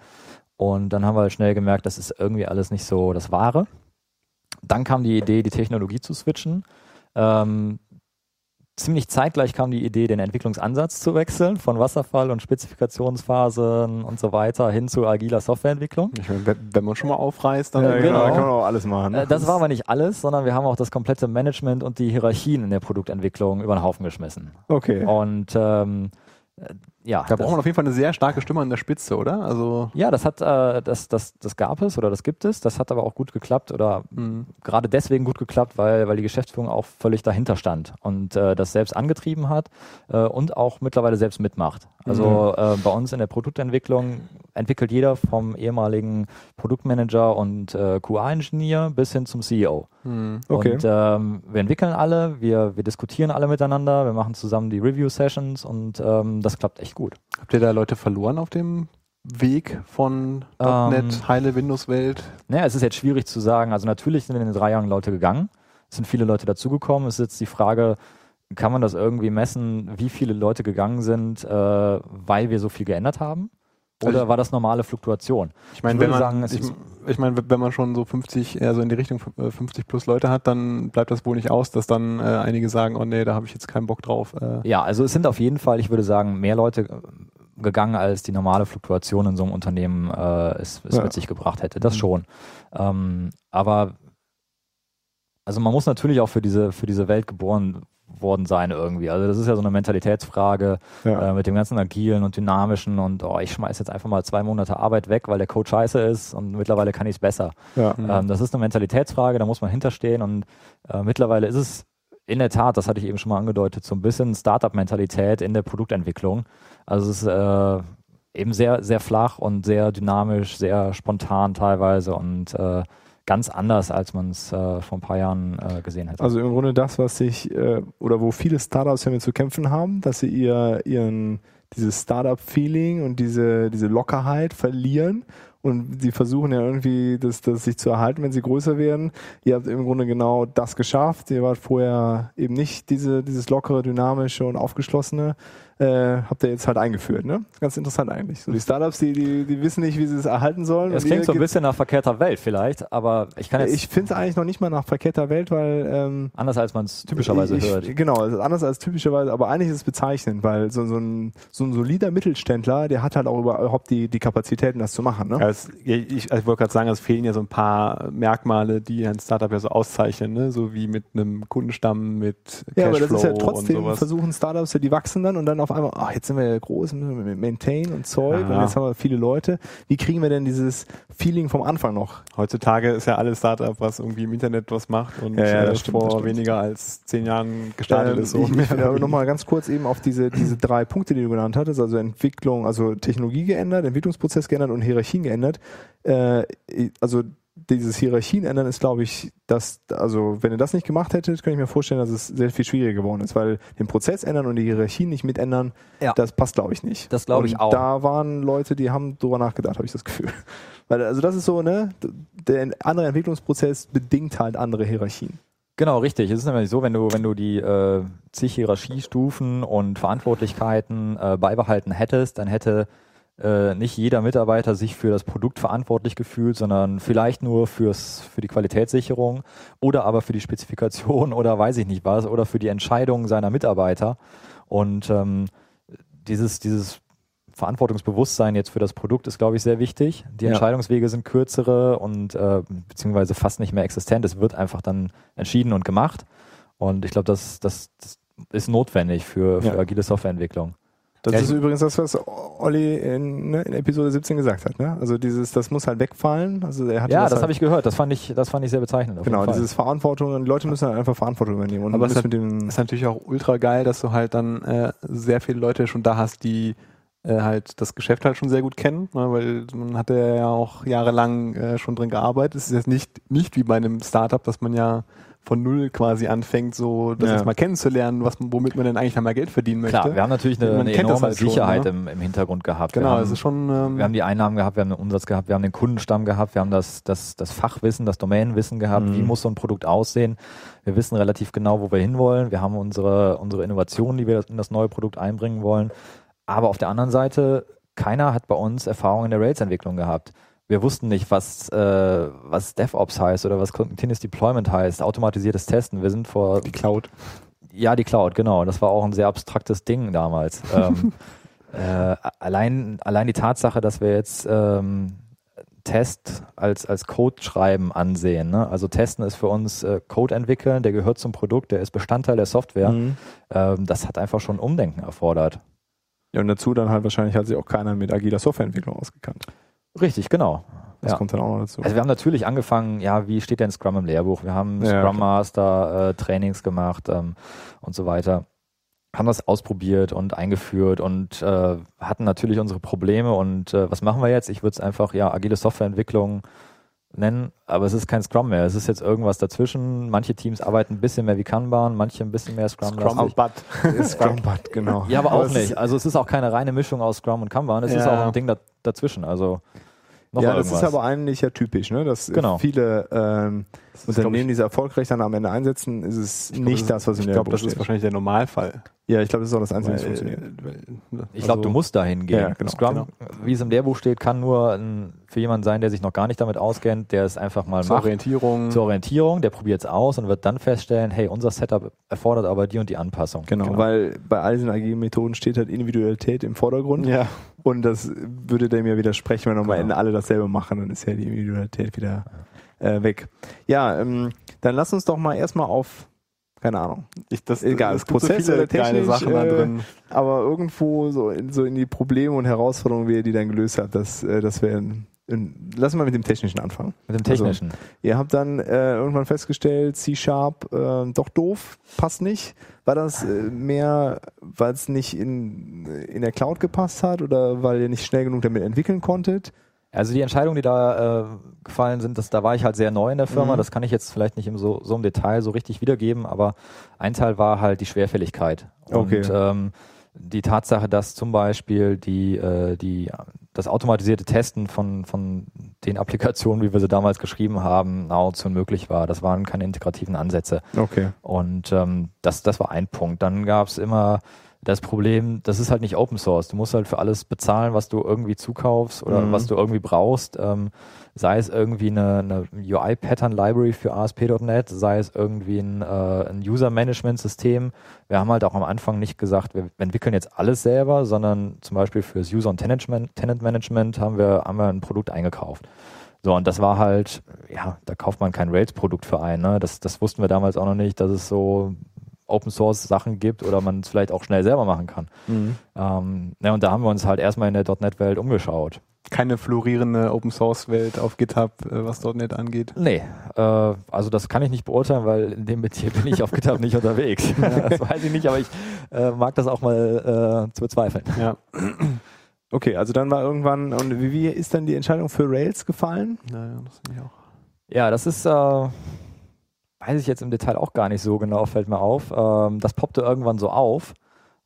Und dann haben wir halt schnell gemerkt, das ist irgendwie alles nicht so das Wahre. Dann kam die Idee, die Technologie zu switchen. Ähm, ziemlich zeitgleich kam die Idee, den Entwicklungsansatz zu wechseln, von Wasserfall und Spezifikationsphasen und so weiter hin zu agiler Softwareentwicklung.
Ich meine, wenn, wenn man schon mal aufreißt, dann
Ja,
äh,
genau.
da kann man auch alles machen. ne?
Äh, das war aber nicht alles, sondern wir haben auch das komplette Management und die Hierarchien in der Produktentwicklung über den Haufen geschmissen.
okay.
Und ähm, äh, ja,
da
das-
braucht man auf jeden Fall eine sehr starke Stimme an der Spitze, oder? Also
ja, das hat, äh, das, das, das gab es oder das gibt es. Das hat aber auch gut geklappt oder
hm,
gerade deswegen gut geklappt, weil, weil die Geschäftsführung auch völlig dahinter stand und äh, das selbst angetrieben hat äh, und auch mittlerweile selbst mitmacht. Also äh, bei uns in der Produktentwicklung entwickelt jeder vom ehemaligen Produktmanager und äh, QA-Ingenieur bis hin zum CEO.
hm.
Okay.
Und ähm, wir entwickeln alle, wir, wir diskutieren alle miteinander, wir machen zusammen die Review-Sessions und ähm, das klappt echt gut.
habt ihr da Leute verloren auf dem Weg von
Ähm.
.NET, heile Windows-Welt?
Naja, es ist jetzt schwierig zu sagen. Also natürlich sind in den drei Jahren Leute gegangen. Es sind viele Leute dazugekommen. Es ist jetzt die Frage, kann man das irgendwie messen, wie viele Leute gegangen sind, äh, weil wir so viel geändert haben?
Also
Oder
ich-
war das normale Fluktuation?
Ich meine,
Ich
wenn
würde
man,
sagen, es
ich,
ist-
ich meine, wenn man schon so 50, also in die Richtung äh, 50 plus Leute hat, dann bleibt das wohl nicht aus, dass dann äh, einige sagen, oh nee, da habe ich jetzt keinen Bock drauf. Äh,
Ja, also es sind auf jeden Fall, ich würde sagen, mehr Leute äh, gegangen, als die normale Fluktuation in so einem Unternehmen äh, es, es
Ja.
mit sich gebracht hätte.
Mhm.
Das schon. Ähm, aber also man muss natürlich auch für diese, für diese Welt geboren worden sein irgendwie. Also das ist ja so eine Mentalitätsfrage
Ja.
äh, mit dem ganzen agilen und dynamischen und oh, ich schmeiß jetzt einfach mal zwei Monate Arbeit weg, weil der Code scheiße ist und mittlerweile kann ich es besser.
ja.
Ähm, das ist eine Mentalitätsfrage, da muss man hinterstehen und äh, mittlerweile ist es in der Tat, das hatte ich eben schon mal angedeutet, so ein bisschen Startup-Mentalität in der Produktentwicklung. Also es ist äh, eben sehr, sehr flach und sehr dynamisch, sehr spontan teilweise und äh, ganz anders, als man es äh, vor ein paar Jahren äh, gesehen hätte.
Also im Grunde das, was sich äh, oder wo viele Startups ja mit zu kämpfen haben, dass sie ihr ihren dieses Startup-Feeling und diese, diese Lockerheit verlieren und sie versuchen ja irgendwie das, das sich zu erhalten, wenn sie größer werden. Ihr habt im Grunde genau das geschafft. Ihr wart vorher eben nicht diese, dieses lockere, dynamische und aufgeschlossene. Äh, habt ihr jetzt halt eingeführt, ne? Ganz interessant eigentlich. So die Startups, die, die, die wissen nicht, wie sie es erhalten sollen.
Es
Und
klingt
ihr
so ein
geht's-
bisschen nach verkehrter Welt vielleicht, aber ich kann jetzt
Ich finde es eigentlich noch nicht mal nach verkehrter Welt, weil ähm,
anders, als man es typischerweise
ich,
hört.
Genau, also anders als typischerweise, aber eigentlich ist es bezeichnend, weil so, so, ein, so ein solider Mittelständler, der hat halt auch überhaupt die, die Kapazitäten, das zu machen. Ne?
Ja, es, ja, ich also ich wollte gerade sagen, es fehlen ja so ein paar Merkmale, die ein Startup ja so auszeichnen, ne? so wie mit einem Kundenstamm, mit Cashflow
Ja, aber das ist ja
und
trotzdem,
sowas.
versuchen Startups, ja, die wachsen dann und dann auf einmal, ach, jetzt sind wir ja groß, müssen wir maintain und Zeug
Ja.
und jetzt haben wir viele Leute. Wie kriegen wir denn dieses Feeling vom Anfang noch?
Heutzutage ist ja alles Startup, was irgendwie im Internet was macht und
Ja, ja,
äh,
das stimmt,
vor
das stimmt.
weniger als zehn Jahren gestartet
Ähm,
ist. So.
ich ich will aber nochmal ganz kurz eben auf diese, diese drei Punkte, die du genannt hattest, also Entwicklung, also Technologie geändert, Entwicklungsprozess geändert und Hierarchien geändert. Äh, also dieses Hierarchien ändern ist, glaube ich, das, also wenn ihr das nicht gemacht hättet, könnte ich mir vorstellen, dass es sehr viel schwieriger geworden ist, weil den Prozess ändern und die Hierarchien nicht mit ändern,
Ja.
das passt, glaube ich, nicht.
Das glaube ich
Und
auch.
Da waren Leute, die haben drüber nachgedacht, habe ich das Gefühl. *laughs* Weil, also das ist so, ne, der andere Entwicklungsprozess bedingt halt andere Hierarchien.
Genau, richtig. Es ist nämlich so, wenn du, wenn du die äh, zig Hierarchiestufen und Verantwortlichkeiten äh, beibehalten hättest, dann hätte äh, nicht jeder Mitarbeiter sich für das Produkt verantwortlich gefühlt, sondern vielleicht nur fürs, für die Qualitätssicherung oder aber für die Spezifikation *laughs* oder weiß ich nicht was oder für die Entscheidung seiner Mitarbeiter. Und ähm, dieses, dieses Verantwortungsbewusstsein jetzt für das Produkt ist, glaube ich, sehr wichtig. Die
Ja.
Entscheidungswege sind kürzere und äh, beziehungsweise fast nicht mehr existent. Es wird einfach dann entschieden und gemacht. Und ich glaube, das, das, das ist notwendig für, für
Ja.
agile Softwareentwicklung.
Das
Ja,
ist
ich-
übrigens das, was Olli in, ne, in Episode 17 gesagt hat. Ne? Also dieses, das muss halt wegfallen. Also er hat
Ja, das,
halt,
habe ich gehört. Das fand ich, das fand ich sehr bezeichnend. auf
Genau,
jeden Fall.
dieses Verantwortung und die Leute müssen halt einfach Verantwortung übernehmen. Und
Aber es
müssen
hat-
dem,
ist natürlich auch ultra geil, dass du halt dann äh, sehr viele Leute schon da hast, die äh, halt das Geschäft halt schon sehr gut kennen, ne, weil man hat ja auch jahrelang äh, schon drin gearbeitet. Es ist jetzt nicht, nicht wie bei einem Startup, dass man ja von null quasi anfängt, so das
Ja.
erstmal kennenzulernen, was, womit man denn eigentlich noch mal Geld verdienen möchte.
Klar, wir haben natürlich eine,
Man
eine
kennt das
enorme
halt schon,
Sicherheit
ne?
im, im Hintergrund gehabt. wir
genau,
haben,
es ist schon.
wir haben die Einnahmen gehabt, wir haben den Umsatz gehabt, wir haben den Kundenstamm gehabt, wir haben das, das, das Fachwissen, das Domainwissen gehabt,
Mhm.
wie muss so ein Produkt aussehen. Wir wissen relativ genau, wo wir hinwollen. Wir haben unsere, unsere Innovationen, die wir in das neue Produkt einbringen wollen. Aber auf der anderen Seite, keiner hat bei uns Erfahrung in der Rails-Entwicklung gehabt. Wir wussten nicht, was, äh, was DevOps heißt oder was Continuous Deployment heißt, automatisiertes Testen. Wir sind vor
die Cloud.
ja, die Cloud, genau. Das war auch ein sehr abstraktes Ding damals. ähm, äh, allein, allein die Tatsache, dass wir jetzt ähm, Test als, als Code schreiben ansehen. Ne? Also Testen ist für uns äh, Code entwickeln, der gehört zum Produkt, der ist Bestandteil der Software.
Mhm.
Ähm, das hat einfach schon Umdenken erfordert.
Ja, und dazu dann halt wahrscheinlich hat sich auch keiner mit agiler Softwareentwicklung ausgekannt.
Richtig, genau.
Das
Ja.
kommt dann auch noch dazu.
Also wir haben natürlich angefangen, ja, wie steht denn Scrum im Lehrbuch? Wir haben
Ja,
Scrum
klar.
Master äh, Trainings gemacht ähm, und so weiter. Haben das ausprobiert und eingeführt und äh, hatten natürlich unsere Probleme und äh, was machen wir jetzt? Ich würde es einfach ja agile Softwareentwicklung nennen, aber es ist kein Scrum mehr. Es ist jetzt irgendwas dazwischen. Manche Teams arbeiten ein bisschen mehr wie Kanban, manche ein bisschen mehr Scrum.
Scrum Butt.
*laughs* Scrumbad, genau.
Ja, aber auch
es
nicht. Also es ist auch keine reine Mischung aus Scrum und Kanban. Es ist
Ja.
auch ein Ding da, dazwischen. Also noch
ja,
mal
das
irgendwas.
ist aber eigentlich ja typisch, ne? dass äh,
Genau.
viele ähm,
ist, glaub
Unternehmen,
ich-
die es erfolgreich dann am Ende einsetzen, ist es
glaub,
nicht
das
das, was im
Ich glaube,
Lehrbuch
das ist
steht.
wahrscheinlich der Normalfall.
Ja, ich glaube, das ist auch das Einzige, was
Weil,
funktioniert.
äh, weil-
Ich glaube,
also-
du musst dahin gehen.
Ja, genau,
Scrum,
genau.
wie es im Lehrbuch steht, kann nur ein, für jemanden sein, der sich noch gar nicht damit auskennt, der es einfach mal
zur
macht.
Orientierung.
Zur Orientierung, der probiert es aus und wird dann feststellen, hey, unser Setup erfordert aber die und die Anpassung.
Genau, weil bei all diesen agilen Methoden steht halt Individualität im Vordergrund
ja.
und das würde dem ja widersprechen, wenn am
Genau.
Ende alle dasselbe machen, dann ist ja die Individualität wieder äh, weg. Ja, ähm, dann lass uns doch mal erstmal auf, keine Ahnung,
Ich, das,
Egal,
es gibt so
Prozesse,
viele geile
technisch,
Sachen da
äh,
drin.
aber irgendwo so in, so in die Probleme und Herausforderungen, wie ihr die dann gelöst habt, das, äh, das wären. Lass mal mit dem Technischen anfangen.
Mit dem
Also-
Technischen.
Ihr habt dann äh, irgendwann festgestellt, C-Sharp äh, doch doof, passt nicht. War das äh, mehr, weil es nicht in, in der Cloud gepasst hat oder weil ihr nicht schnell genug damit entwickeln konntet?
Also die Entscheidungen, die da äh, gefallen sind, das, da war ich halt sehr neu in der Firma.
Mhm.
Das kann ich jetzt vielleicht nicht im so, so im Detail so richtig wiedergeben, aber ein Teil war halt die Schwerfälligkeit. Und
Okay.
ähm, die Tatsache, dass zum Beispiel die, äh, die, das automatisierte Testen von, von den Applikationen, wie wir sie damals geschrieben haben, nahezu unmöglich war. Das waren keine integrativen Ansätze.
Okay.
Und ähm, das, das war ein Punkt. Dann gab es immer das Problem, das ist halt nicht Open Source. Du musst halt für alles bezahlen, was du irgendwie zukaufst oder
Mhm.
was du irgendwie brauchst. Ähm, sei es irgendwie eine, eine UI-Pattern-Library für ASP.NET, sei es irgendwie ein, äh, ein User-Management-System. Wir haben halt auch am Anfang nicht gesagt, wir entwickeln jetzt alles selber, sondern zum Beispiel fürs User- und Tenant-Man- Tenant-Management haben wir, haben wir ein Produkt eingekauft. So, und das war halt, ja, da kauft man kein Rails-Produkt für ein. Ne? Das, das wussten wir damals auch noch nicht, dass es so Open-Source-Sachen gibt oder man es vielleicht auch schnell selber machen kann.
Mhm.
Ähm, ne, und da haben wir uns halt erstmal in der .NET-Welt umgeschaut.
Keine florierende Open Source Welt auf GitHub, äh, was dort nicht angeht.
Nee, äh, also das kann ich nicht beurteilen, weil in dem Metier bin ich auf GitHub nicht *laughs* unterwegs. das weiß ich nicht, aber ich äh, mag das auch mal äh, zu bezweifeln.
Ja.
Okay, also dann war irgendwann, und wie, wie ist dann die Entscheidung für Rails gefallen?
Naja, das finde ich auch.
Ja, das ist, äh, weiß ich jetzt im Detail auch gar nicht so genau, fällt mir auf. Ähm, das poppte irgendwann so auf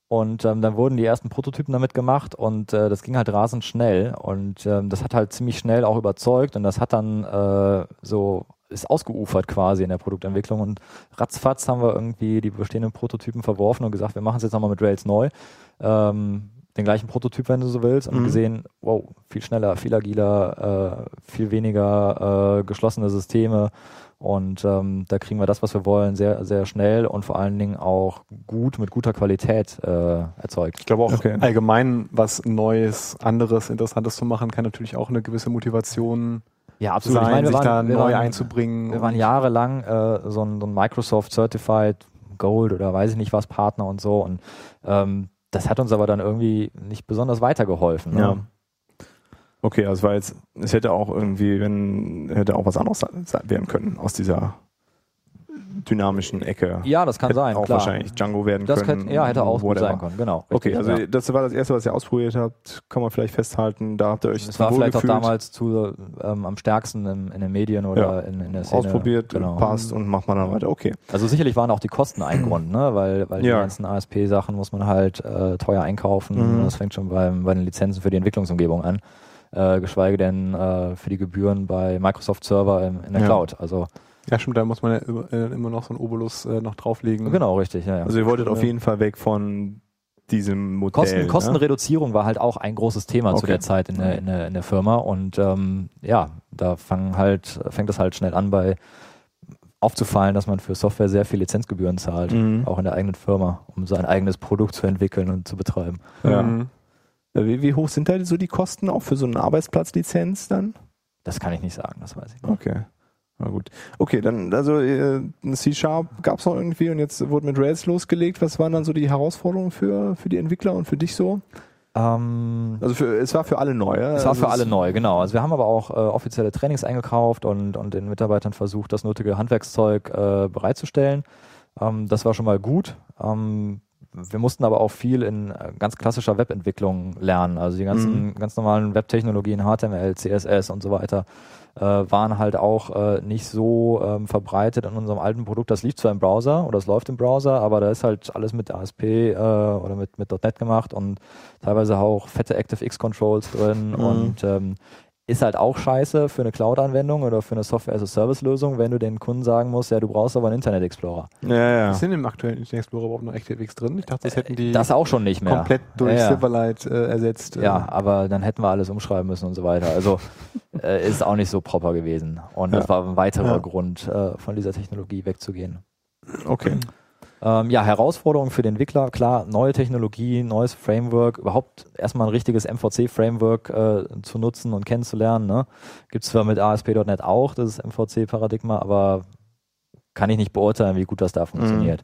und ähm, dann wurden die ersten Prototypen damit gemacht und äh, das ging halt rasend schnell und ähm, das hat halt ziemlich schnell auch überzeugt und das hat dann äh, so, ist ausgeufert quasi in der Produktentwicklung und ratzfatz haben wir irgendwie die bestehenden Prototypen verworfen und gesagt, wir machen es jetzt nochmal mit Rails neu. Ähm, den gleichen Prototyp, wenn du so willst, und
Mhm.
gesehen, wow, viel schneller, viel agiler, äh, viel weniger äh, geschlossene Systeme. Und ähm, da kriegen wir das, was wir wollen, sehr, sehr schnell und vor allen Dingen auch gut, mit guter Qualität äh, erzeugt.
Ich glaube auch
Okay.
allgemein was Neues, anderes, Interessantes zu machen, kann natürlich auch eine gewisse Motivation
Ja,
sein,
Ich meine, wir
sich da
waren, wir
neu
waren,
einzubringen.
wir waren
und-
jahrelang äh, so, ein, so ein Microsoft Certified Gold oder weiß ich nicht was Partner und so. Und ähm, das hat uns aber dann irgendwie nicht besonders weitergeholfen. Ne?
Ja. Ähm, Okay, also war jetzt, es hätte auch irgendwie, wenn, hätte auch was anderes sein- sein- werden können aus dieser dynamischen Ecke.
Ja, das kann
Hätte
sein.
Auch
klar.
wahrscheinlich Django werden
Das
können.
könnte, ja, hätte auch gut
whatever.
sein können, genau.
Okay,
Richtig,
also
ja.
das war das erste, was ihr ausprobiert habt. Kann man vielleicht festhalten. Da habt ihr euch
Es war
wohl
vielleicht auch
gefühlt,
damals zu, ähm, am stärksten in, in den Medien oder in, in der Szene.
ausprobiert,
genau.
passt und macht man dann weiter. Okay.
Also sicherlich waren auch die Kosten ein Grund, ne? weil, weil
Ja.
die ganzen ASP-Sachen muss man halt äh, teuer einkaufen.
Mhm.
Das fängt schon beim, bei den Lizenzen für die Entwicklungsumgebung an. Äh, geschweige denn äh, für die Gebühren bei Microsoft Server in, in der
Ja.
Cloud. Also
Ja, stimmt, da muss man ja über- äh, immer noch so einen Obolus äh, noch drauflegen.
genau, richtig. Ja, ja.
Also ihr wolltet
Ja.
auf jeden Fall weg von diesem Modell.
Kosten,
ne? Mhm.
Kostenreduzierung war halt auch ein großes Thema zu
Okay.
der Zeit in der, in der, in der Firma und ähm, ja, da fangen halt, fängt es halt schnell an bei aufzufallen, dass man für Software sehr viel Lizenzgebühren zahlt,
Mhm.
auch in der eigenen Firma, um sein eigenes Produkt zu entwickeln und zu betreiben.
Ja.
Mhm.
Äh, Wie, wie hoch sind da so die Kosten auch für so eine Arbeitsplatzlizenz dann?
Das kann ich nicht sagen, das weiß ich nicht.
Okay. Na gut. Okay, dann, also äh, ein C-Sharp gab es noch irgendwie und jetzt wurde mit Rails losgelegt. Was waren dann so die Herausforderungen für, für die Entwickler und für dich so?
Ähm,
Also für, es war für alle neu. ja?
es war
Also
für alle neu, genau. Also wir haben aber auch äh, offizielle Trainings eingekauft und, und den Mitarbeitern versucht, das nötige Handwerkszeug äh, bereitzustellen. Ähm, das war schon mal gut. Ähm, wir mussten aber auch viel in äh, ganz klassischer Webentwicklung lernen. Also die ganzen
Mhm.
ganz normalen Webtechnologien, HTML, CSS und so weiter, äh, waren halt auch äh, nicht so ähm, verbreitet in unserem alten Produkt. Das lief zwar im Browser oder es läuft im Browser, aber da ist halt alles mit ASP äh, oder mit, mit .NET gemacht und teilweise auch fette ActiveX-Controls drin
Mhm.
und ähm, ist halt auch scheiße für eine Cloud-Anwendung oder für eine Software-as-a-Service-Lösung, wenn du den Kunden sagen musst, ja, du brauchst aber einen Internet-Explorer.
Ja, ja.
Ist in dem aktuellen Internet Explorer überhaupt noch ActiveX drin? Ich dachte, das hätten die
Äh, Das auch schon nicht mehr.
komplett durch
Ja, ja.
Silverlight äh, ersetzt. äh.
ähm,
Ja, aber dann hätten wir alles umschreiben müssen und so weiter.
*laughs*
Also äh, ist auch nicht so proper gewesen. Und das
Ja.
war ein weiterer
Ja.
Grund, äh, von dieser Technologie wegzugehen.
Okay.
Ähm, ja, Herausforderungen für den Entwickler, klar, neue Technologie, neues Framework, überhaupt erstmal ein richtiges MVC-Framework äh, zu nutzen und kennenzulernen. Ne? Gibt es zwar mit ASP.NET auch, das MVC-Paradigma, aber kann ich nicht beurteilen, wie gut das da funktioniert.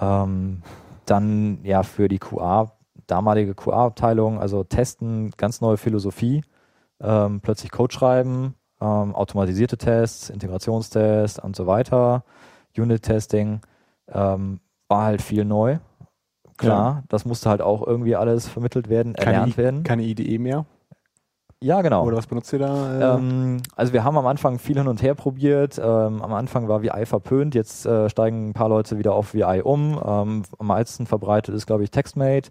Ähm, dann ja für die QA, damalige QA-Abteilung, also testen, ganz neue Philosophie, ähm, plötzlich Code schreiben, ähm, automatisierte Tests, Integrationstests und so weiter, Unit-Testing, ähm, war halt viel neu. Klar, das musste halt auch irgendwie alles vermittelt werden,
Keine
erlernt
I-
werden.
Keine IDE mehr.
Ja, genau.
Oder was benutzt ihr da? Äh,
Ähm, also wir haben am Anfang viel hin und her probiert. Ähm, am Anfang war VI verpönt, jetzt äh, steigen ein paar Leute wieder auf VI um. Ähm, am meisten verbreitet ist, glaube ich, TextMate.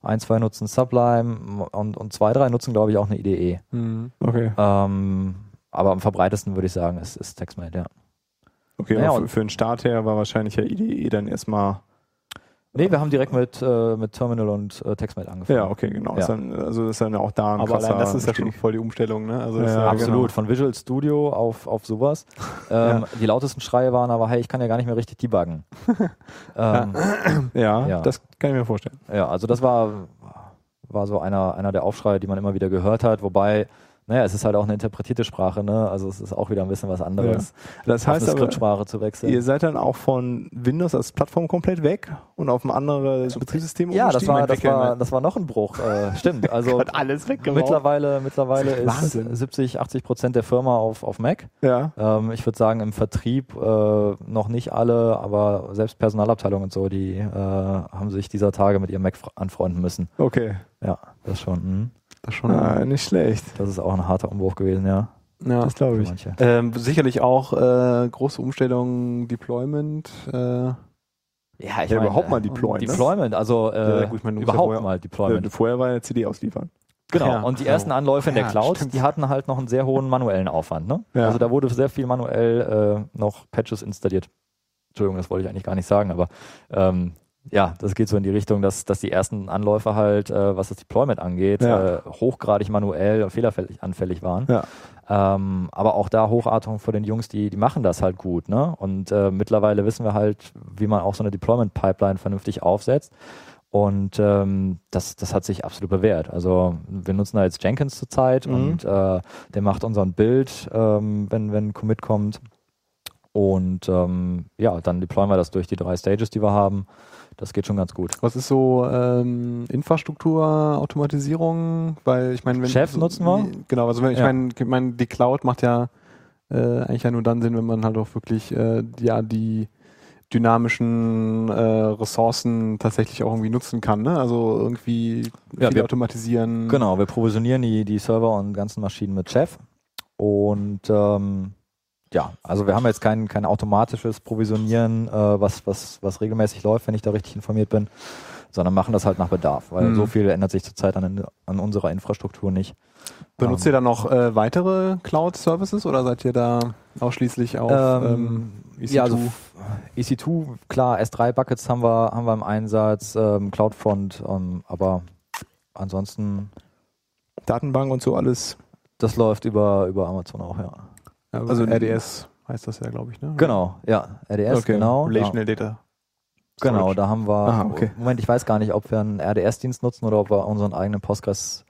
Ein, zwei nutzen Sublime und, und zwei, drei nutzen, glaube ich, auch eine IDE.
mhm.
Okay.
Ähm, aber am verbreitesten würde ich sagen, ist, ist TextMate, ja.
Okay,
Naja,
aber für,
und-
für den Start her war wahrscheinlich ja IDE dann erstmal
Nee, wir haben direkt mit, äh, mit Terminal und äh, TextMate angefangen.
Ja, okay, genau.
Ja.
Ist dann, also das ist dann auch da ein
Aber allein
krasser
das ist ja schon
Anstieg.
voll die Umstellung, ne? Also
Ja, genau.
das ist
Absolut, von Visual Studio auf,
*laughs*
auf sowas. Ähm, Die lautesten Schreie waren aber, hey, ich kann ja gar nicht mehr
*laughs*
richtig debuggen. ähm,
Ja,
Ja.
das kann ich mir vorstellen.
Ja, also das war, war so einer, einer der Aufschreie, die man immer wieder gehört hat, wobei, naja, es ist halt auch eine interpretierte Sprache, ne? Also es ist auch wieder ein bisschen was anderes,
Das
auf
heißt
eine
aber,
Skriptsprache zu
ihr
wechseln.
seid dann auch von Windows als Plattform komplett weg und auf ein anderes Betriebssystem
Also- Ja, das war, das,
entwickeln,
war,
ne?
das war noch ein Bruch,
*laughs*
äh, stimmt. Also
Hat alles weggeworfen.
mittlerweile, mittlerweile ist
Wahnsinn.
70, 80 Prozent der Firma auf, auf Mac.
Ja,
Ähm, ich würde sagen, im Vertrieb äh, noch nicht alle, aber selbst Personalabteilung und so, die äh, haben sich dieser Tage mit ihrem Mac fr- anfreunden müssen.
okay.
Ja, das schon. Mh.
Das schon.
Ah, nicht schlecht.
Das ist auch ein harter Umbruch gewesen, ja.
ja.
Das glaube
Für
ich.
manche.
Ähm, sicherlich auch äh, große Umstellung, Deployment. Äh,
Ja, ich
ja,
meine,
überhaupt mal
äh,
Deployment. ne?
Deployment, also äh,
ja, gut, ich meine, du musst ja
überhaupt
vorher-
mal
Äh,
Deployment.
Vorher war ja CD ausliefern.
genau.
ja,
und die
ja.
ersten Anläufe in der
Ja,
Cloud,
stimmt.
die hatten halt noch einen sehr hohen manuellen Aufwand. Ne?
Ja.
Also da wurde sehr viel manuell äh, noch Patches installiert. Entschuldigung, das wollte ich eigentlich gar nicht sagen, aber ähm, ja, das geht so in die Richtung, dass, dass die ersten Anläufe halt, äh, was das Deployment angeht,
Ja.
äh, hochgradig manuell und fehleranfällig anfällig waren.
Ja.
Ähm, aber auch da Hochachtung vor den Jungs, die, die machen das halt gut. Ne? Und äh, mittlerweile wissen wir halt, wie man auch so eine Deployment-Pipeline vernünftig aufsetzt. Und ähm, das, das hat sich absolut bewährt. Also wir nutzen da jetzt Jenkins zurzeit
Mhm.
und äh, der macht unseren Bild, ähm, wenn, wenn ein Commit kommt. Und ähm, ja, dann deployen wir das durch die drei Stages, die wir haben. Das geht schon ganz gut.
was ist so ähm, Infrastruktur, Automatisierung? Weil ich meine, wenn
Chef nutzen wir?
Genau, also wenn, ich
Ja.
meine, ich meine, die Cloud macht ja äh, eigentlich ja nur dann Sinn, wenn man halt auch wirklich äh, ja die dynamischen äh, Ressourcen tatsächlich auch irgendwie nutzen kann. Ne? Also irgendwie
Ja,
viel
wir-
automatisieren.
Genau, wir provisionieren die, die Server und ganzen Maschinen mit Chef. Und ähm, ja, also wir haben jetzt kein, kein automatisches Provisionieren, äh, was, was, was regelmäßig läuft, wenn ich da richtig informiert bin, sondern machen das halt nach Bedarf, weil
Mhm.
so viel ändert sich zurzeit an, an unserer Infrastruktur nicht.
Benutzt ihr dann noch äh, weitere Cloud-Services oder seid ihr da ausschließlich auf E
Ähm,
EC2?
Ja, also f- EC2, klar, S3-Buckets haben wir, haben wir im Einsatz, ähm, CloudFront, ähm, aber ansonsten,
Datenbank und so alles.
das läuft über, über Amazon auch, ja.
also RDS heißt das ja, glaube ich, ne?
Genau, ja, RDS,
Okay.
genau. ja.
Relational Data.
Genau,
Storage.
da haben wir.
Aha, okay.
Moment, ich weiß gar nicht, ob wir einen RDS-Dienst nutzen oder ob wir unseren eigenen Postgres,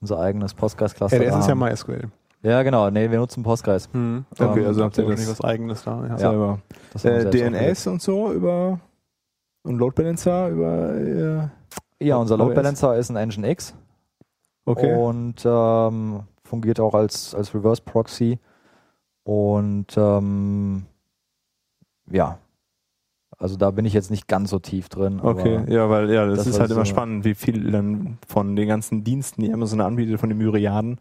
unser eigenes Postgres-Cluster
RDS
haben.
ist ja MySQL.
ja, genau, nee, wir nutzen Postgres.
Hm.
Okay,
Ähm,
also habt ihr
wahrscheinlich
das-
was eigenes da. Ja.
Selber.
Das haben wir
Äh,
selbst aufgesetzt.
DNS und so über und Load Balancer über äh,
Ja, unser Load
OS.
Balancer ist ein Nginx Oh,
okay.
und ähm, fungiert auch als, als Reverse Proxy. Und ähm, ja, also da bin ich jetzt nicht ganz so tief drin.
Okay,
aber-
ja, weil ja, das,
das
ist
war
halt
so-
immer spannend, wie viel dann von den ganzen Diensten, die Amazon anbietet, von den Myriaden.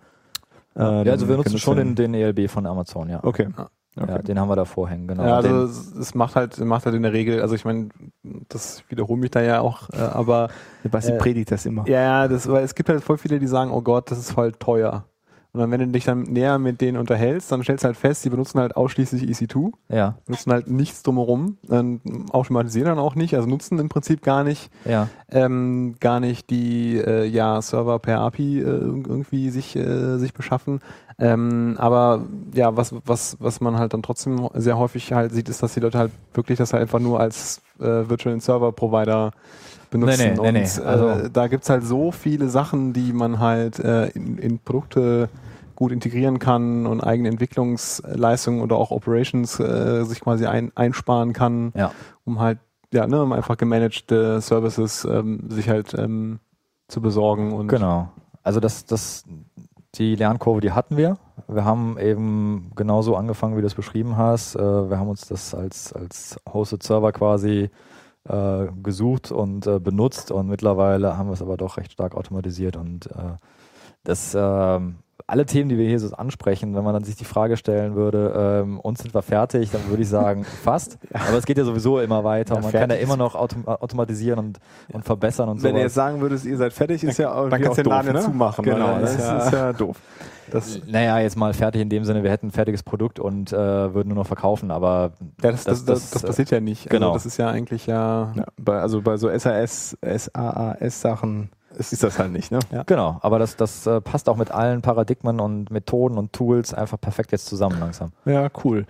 äh,
Ja, also wir
dann
nutzen
genutzt
schon den,
werden.
den ELB von Amazon, ja.
Okay.
Ah,
okay.
ja. Den haben wir da vorhängen, genau.
Ja,
Den-
also es es macht halt, macht halt in der Regel, also ich meine, das ich wiederhole mich da ja auch, äh, aber
Sebastian
Äh,
predigt das immer.
ja, ja, das, weil es gibt halt voll viele, die sagen, oh Gott, das ist voll teuer. Und dann, wenn du dich dann näher mit denen unterhältst, dann stellst du halt fest, die benutzen halt ausschließlich EC2,
ja,
benutzen halt nichts drumherum, ähm, automatisieren dann auch nicht, also nutzen im Prinzip gar nicht
ja.
ähm, gar nicht die äh, ja, Server per API äh, irg- irgendwie sich, äh, sich beschaffen. Ähm, aber ja, was, was, was man halt dann trotzdem sehr häufig halt sieht, ist, dass die Leute halt wirklich das halt einfach nur als äh, Virtual Server Provider benutzen.
Nee, nee, nee, nee.
Und,
Also-
äh, da gibt's halt so viele Sachen, die man halt äh, in, in Produkte gut integrieren kann und eigene Entwicklungsleistungen oder auch Operations äh, sich quasi ein, einsparen kann
Ja.
um halt, ja, ne, um einfach gemanagte Services ähm, sich halt ähm, zu besorgen und
Genau. Also das, das, die Lernkurve, die hatten wir. Wir haben eben genauso angefangen, wie du es beschrieben hast. Äh, Wir haben uns das als, als Hosted Server quasi äh, gesucht und äh, benutzt und mittlerweile haben wir es aber doch recht stark automatisiert und äh, das ähm, alle Themen, die wir hier so ansprechen, wenn man dann sich die Frage stellen würde, ähm, uns sind wir fertig, dann würde ich sagen, fast. Aber es geht ja sowieso immer
Ja,
weiter. und man kann ja
fertig
immer noch autom automatisieren und, und verbessern und so.
Wenn ihr jetzt sagen würdest, ihr seid fertig, ist ja auch
dann kannst du den Laden ja zumachen.
Genau,
ne?
das
Ja.
ist *laughs* ja doof.
das,
Naja, jetzt mal fertig in dem Sinne, wir hätten ein fertiges Produkt und äh, würden nur noch verkaufen, aber
ja, das, das, das,
Das- das,
das
äh,
passiert ja nicht.
genau.
Also das ist ja eigentlich ja,
Ja, bei, also bei so SAS, SAAS-Sachen ist das halt nicht, ne?
genau, aber das, das äh, passt auch mit allen Paradigmen und Methoden und Tools einfach perfekt jetzt zusammen langsam.
Ja, cool.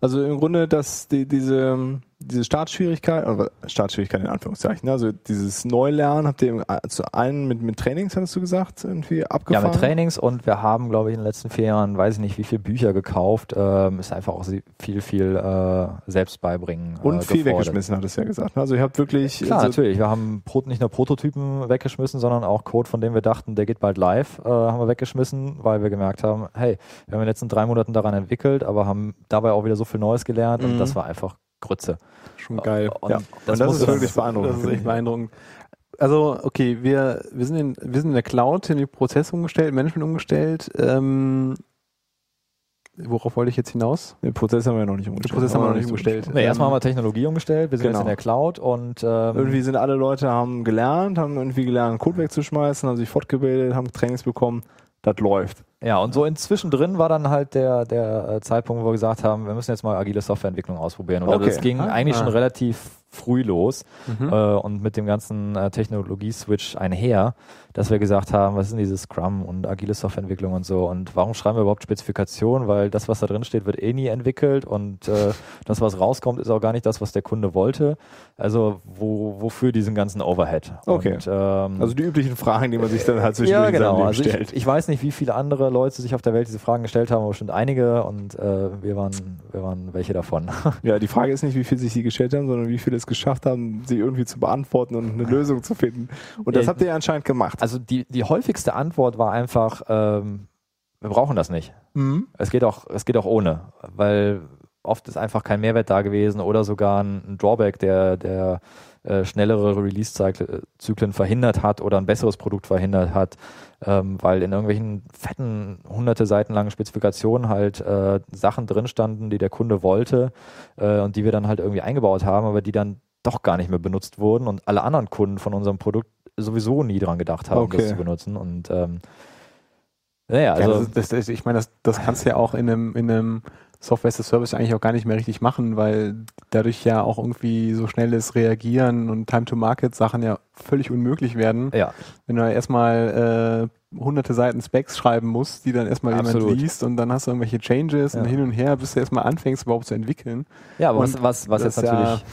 Also im Grunde, dass die, diese, diese Startschwierigkeit, oder Startschwierigkeit in Anführungszeichen, also dieses Neulernen habt ihr im- äh, zu einen mit, mit Trainings, hattest du gesagt, irgendwie abgefahren?
Ja, mit Trainings und wir haben, glaube ich, in den letzten vier Jahren, weiß ich nicht, wie viele Bücher gekauft, ähm, ist einfach auch sie- viel, viel äh, selbst beibringen.
Und
äh,
viel
gefordert.
weggeschmissen, hattest du ja gesagt. ne? Also ihr habt wirklich...
Klar,
also,
natürlich. Wir haben Pro nicht nur Prototypen weggeschmissen, sondern auch Code, von dem wir dachten, der geht bald live, äh, haben wir weggeschmissen, weil wir gemerkt haben, hey, wir haben in den letzten drei Monaten daran entwickelt, aber haben dabei auch wieder so viel Neues gelernt
Mhm.
und das war einfach Grütze.
schon geil.
Und
Ja. Und das
Äh, muss
ist
man-
wirklich beeindruckend,
Das ist
finde
echt
ich.
beeindruckend. Also, okay, wir, wir, sind in, wir sind in der Cloud, in die Prozesse umgestellt, Management umgestellt. Ähm, worauf wollte ich jetzt hinaus?
Den Prozess haben wir ja noch nicht
Den
umgestellt.
Prozess haben wir noch nicht umgestellt.
Nee, erstmal haben
Ähm,
wir Technologie umgestellt, wir sind
genau.
jetzt in der Cloud und ähm,
Irgendwie sind alle Leute, haben gelernt, haben irgendwie gelernt, Code wegzuschmeißen, haben sich fortgebildet, haben Trainings bekommen. Das läuft.
ja, und so inzwischen drin war dann halt der, der äh, Zeitpunkt, wo wir gesagt haben, wir müssen jetzt mal agile Softwareentwicklung ausprobieren. Und
Okay.
das ging
Ah.
eigentlich schon
Ah.
relativ früh los.
mhm.
äh, und mit dem ganzen äh, Technologie-Switch einher, dass wir gesagt haben, was ist denn dieses Scrum und agile Softwareentwicklung und so und warum schreiben wir überhaupt Spezifikationen, weil das, was da drin steht, wird eh nie entwickelt und äh, das, was rauskommt, ist auch gar nicht das, was der Kunde wollte. Also wo, wofür diesen ganzen Overhead?
Okay.
Und, ähm,
Also die üblichen Fragen, die man sich dann halt zwischendurch
ja, genau.
in seinem
Also
Leben
ich,
stellt.
ich weiß nicht, wie viele andere Leute sich auf der Welt diese Fragen gestellt haben, aber bestimmt einige und äh, wir, waren, wir waren welche davon. *laughs*
Ja, die Frage ist nicht, wie viel sich die gestellt haben, sondern wie viele es geschafft haben, sie irgendwie zu beantworten und eine Lösung zu finden. Und das
Ja.
habt ihr ja anscheinend gemacht.
Also die, die häufigste Antwort war einfach, ähm, wir brauchen das nicht. Es geht auch, es geht auch ohne, weil oft ist einfach kein Mehrwert da gewesen oder sogar ein, ein Drawback, der, der äh, schnellere Release-Zyklen verhindert hat oder ein besseres Produkt verhindert hat, ähm, weil in irgendwelchen fetten, hunderte Seiten langen Spezifikationen halt äh, Sachen drin standen, die der Kunde wollte äh, und die wir dann halt irgendwie eingebaut haben, aber die dann doch gar nicht mehr benutzt wurden und alle anderen Kunden von unserem Produkt sowieso nie dran gedacht haben,
Okay.
das zu benutzen. Und ähm, naja, also
ja, das, ist- das, ist- ich meine, das, das kannst du ja auch in einem, in einem Software as a Service eigentlich auch gar nicht mehr richtig machen, weil dadurch ja auch irgendwie so schnelles Reagieren und Time-to-Market-Sachen ja völlig unmöglich werden,
ja,
wenn du ja erstmal äh, hunderte Seiten Specs schreiben musst, die dann erstmal
Absolut.
jemand liest und dann hast du irgendwelche Changes und
Ja.
hin und her, bis du erstmal anfängst, überhaupt zu entwickeln.
ja, aber was,
Und
was, was
das
jetzt
ist ja-
natürlich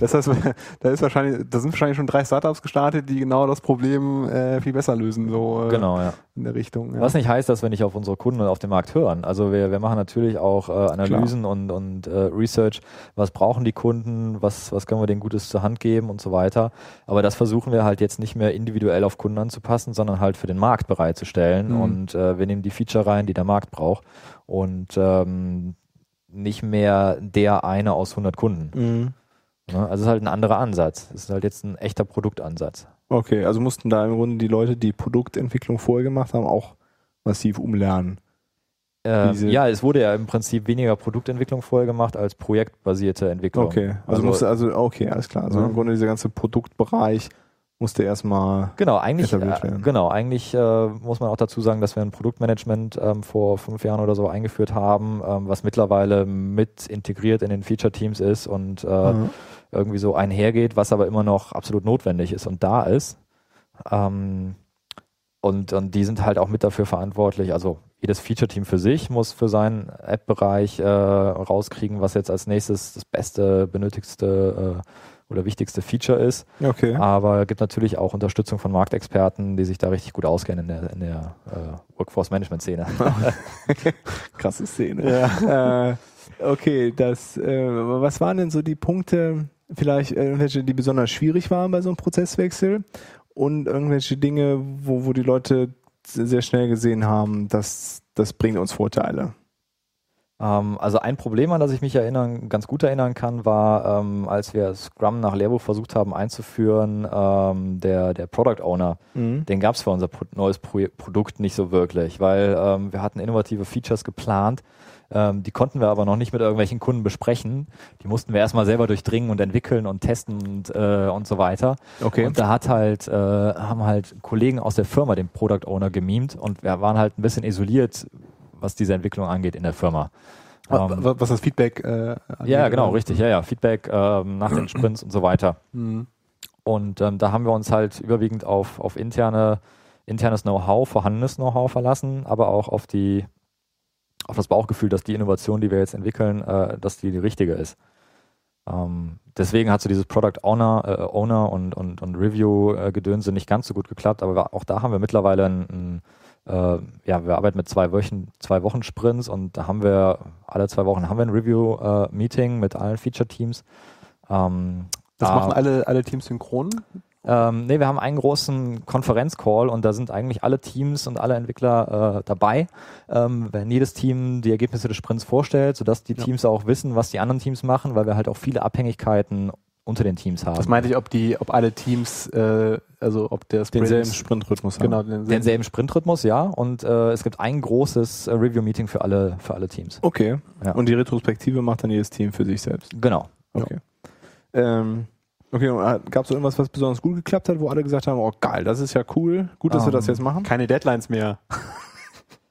Das heißt, *laughs* da ist wahrscheinlich, da sind wahrscheinlich schon drei Startups gestartet, die genau das Problem äh, viel besser lösen, so äh,
Genau, ja.
in der Richtung. Ja.
Was nicht heißt, dass wir nicht auf unsere Kunden und auf den Markt hören. Also wir, wir machen natürlich auch äh, Analysen und, und äh, Research, was brauchen die Kunden, was, was können wir denen Gutes zur Hand geben und so weiter. Aber das versuchen wir halt jetzt nicht mehr individuell auf Kunden anzupassen, sondern halt für den Markt bereitzustellen.
Mhm.
Und äh, wir nehmen die Feature rein, die der Markt braucht. Und ähm, nicht mehr der eine aus 100 Kunden. Ne? Also es ist halt ein anderer Ansatz. Es ist halt jetzt ein echter Produktansatz.
Okay, also mussten da im Grunde die Leute, die Produktentwicklung vorher gemacht haben, auch massiv umlernen.
Ähm,
Diese-
ja, es wurde ja im Prinzip weniger Produktentwicklung vorher gemacht als projektbasierte Entwicklung.
Okay, also,
Also-
musste also okay, alles klar. Also
Ja.
im Grunde dieser ganze Produktbereich musste erstmal
Genau, eigentlich,
Etabliert
äh,
werden.
genau, eigentlich äh, muss man auch dazu sagen, dass wir ein Produktmanagement ähm, vor fünf Jahren oder so eingeführt haben, ähm, was mittlerweile mit integriert in den Feature-Teams ist und äh,
Ah.
irgendwie so einhergeht, was aber immer noch absolut notwendig ist und da ist. Ähm, und, und die sind halt auch mit dafür verantwortlich. Also jedes Feature-Team für sich muss für seinen App-Bereich äh, rauskriegen, was jetzt als nächstes das beste, benötigste äh, oder wichtigste Feature ist.
okay.
Aber gibt natürlich auch Unterstützung von Marktexperten, die sich da richtig gut auskennen in der, in der äh, Workforce-Management-Szene.
krasse Szene. *laughs* äh, okay, das, äh, was waren denn so die Punkte, vielleicht äh, irgendwelche, die besonders schwierig waren bei so einem Prozesswechsel und irgendwelche Dinge, wo, wo die Leute sehr schnell gesehen haben, dass das bringt uns Vorteile.
Ähm, also ein Problem, an das ich mich erinnern, ganz gut erinnern kann, war, ähm, als wir Scrum nach Lehrbuch versucht haben einzuführen, ähm, der, der Product Owner, den gab es für unser Pro neues Pro Produkt nicht so wirklich, weil ähm, wir hatten innovative Features geplant, ähm, die konnten wir aber noch nicht mit irgendwelchen Kunden besprechen. Die mussten wir erstmal selber durchdringen und entwickeln und testen und, äh, und so weiter.
Okay.
Und da hat halt, äh, haben halt Kollegen aus der Firma den Product Owner gemimt und wir waren halt ein bisschen isoliert, was diese Entwicklung angeht in der Firma. Ähm,
was das Feedback äh,
ja,
angeht,
genau,
oder?
richtig. Ja, ja. Feedback ähm, nach den Sprints und so weiter.
Mhm.
Und ähm, da haben wir uns halt überwiegend auf, auf interne, internes Know-how, vorhandenes Know-how verlassen, aber auch auf die, auf das Bauchgefühl, dass die Innovation, die wir jetzt entwickeln, äh, dass die die richtige ist. Ähm, deswegen hat so dieses Product Owner, äh, Owner und, und, und Review-Gedönse nicht ganz so gut geklappt, aber wir- auch da haben wir mittlerweile ein, ein äh, ja, wir arbeiten mit zwei Wochen, zwei Wochen Sprints und da haben wir alle zwei Wochen haben wir ein Review-Meeting mit allen Feature-Teams. Ähm,
Das
da-
machen alle, alle Teams synchron.
ähm, nee, wir haben einen großen Konferenzcall und da sind eigentlich alle Teams und alle Entwickler äh, dabei, ähm, wenn jedes Team die Ergebnisse des Sprints vorstellt, sodass die
Ja.
Teams auch wissen, was die anderen Teams machen, weil wir halt auch viele Abhängigkeiten unter den Teams haben.
Das meinte ich, ob die, ob alle Teams, äh, also ob der Sprint,
Denselben Sprintrhythmus haben.
genau, denselben.
Denselben Sprintrhythmus, ja, und äh, es gibt ein großes äh, Review-Meeting für alle, für alle Teams.
Okay.
Ja.
Und die Retrospektive macht dann jedes Team für sich selbst.
Genau.
Okay. Ähm, okay, und gab es irgendwas, was besonders gut geklappt hat, wo alle gesagt haben, oh geil, das ist ja cool, gut, dass wir das
Ähm,
jetzt machen?
Keine Deadlines mehr.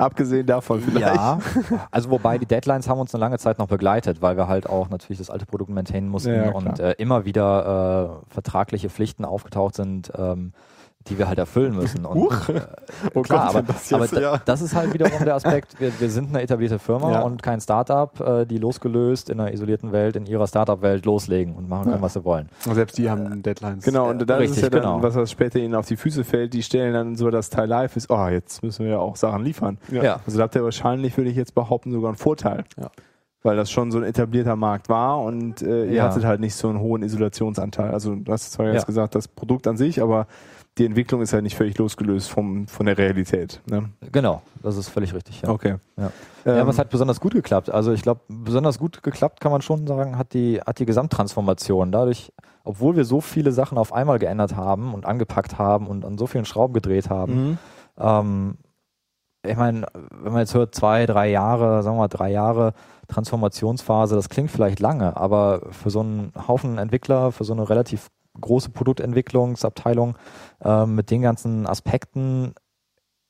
Abgesehen davon vielleicht.
Ja, also wobei die Deadlines haben uns eine lange Zeit noch begleitet, weil wir halt auch natürlich das alte Produkt maintainen mussten
Ja, ja, klar.
und äh, immer wieder äh, vertragliche Pflichten aufgetaucht sind, ähm, die wir halt erfüllen müssen. Und,
Huch.
äh,
Oh
klar, aber,
wenn das
aber
jetzt-
da-
ja.
das ist halt wiederum der Aspekt, wir, wir sind eine etablierte Firma
Ja.
und kein Startup, äh, die losgelöst in einer isolierten Welt, in ihrer Startup-Welt loslegen und machen können, was sie wollen.
Selbst die haben Deadlines.
Genau, und dann
Richtig,
ist ja dann,
genau.
was was später ihnen auf die Füße fällt, die stellen dann so das Teil live ist, oh, jetzt müssen wir ja auch Sachen liefern.
Ja.
Also da habt ihr wahrscheinlich, würde ich jetzt behaupten, sogar einen Vorteil.
Ja.
Weil das schon so ein etablierter Markt war und äh, ihr
Ja.
hattet halt nicht so einen hohen Isolationsanteil. Also du hast zwar
Ja.
jetzt gesagt, das Produkt an sich, aber die Entwicklung ist halt nicht völlig losgelöst vom, von der Realität. Ne?
Genau, das ist völlig richtig. Ja.
Okay.
Ja.
Ähm,
ja, aber es hat besonders gut geklappt. Also ich glaube, besonders gut geklappt kann man schon sagen, hat die, hat die Gesamttransformation. Dadurch, obwohl wir so viele Sachen auf einmal geändert haben und angepackt haben und an so vielen Schrauben gedreht haben,
mhm.
ähm, ich meine, wenn man jetzt hört, zwei, drei Jahre, sagen wir mal drei Jahre Transformationsphase, das klingt vielleicht lange, aber für so einen Haufen Entwickler, für so eine relativ große Produktentwicklungsabteilung ähm, mit den ganzen Aspekten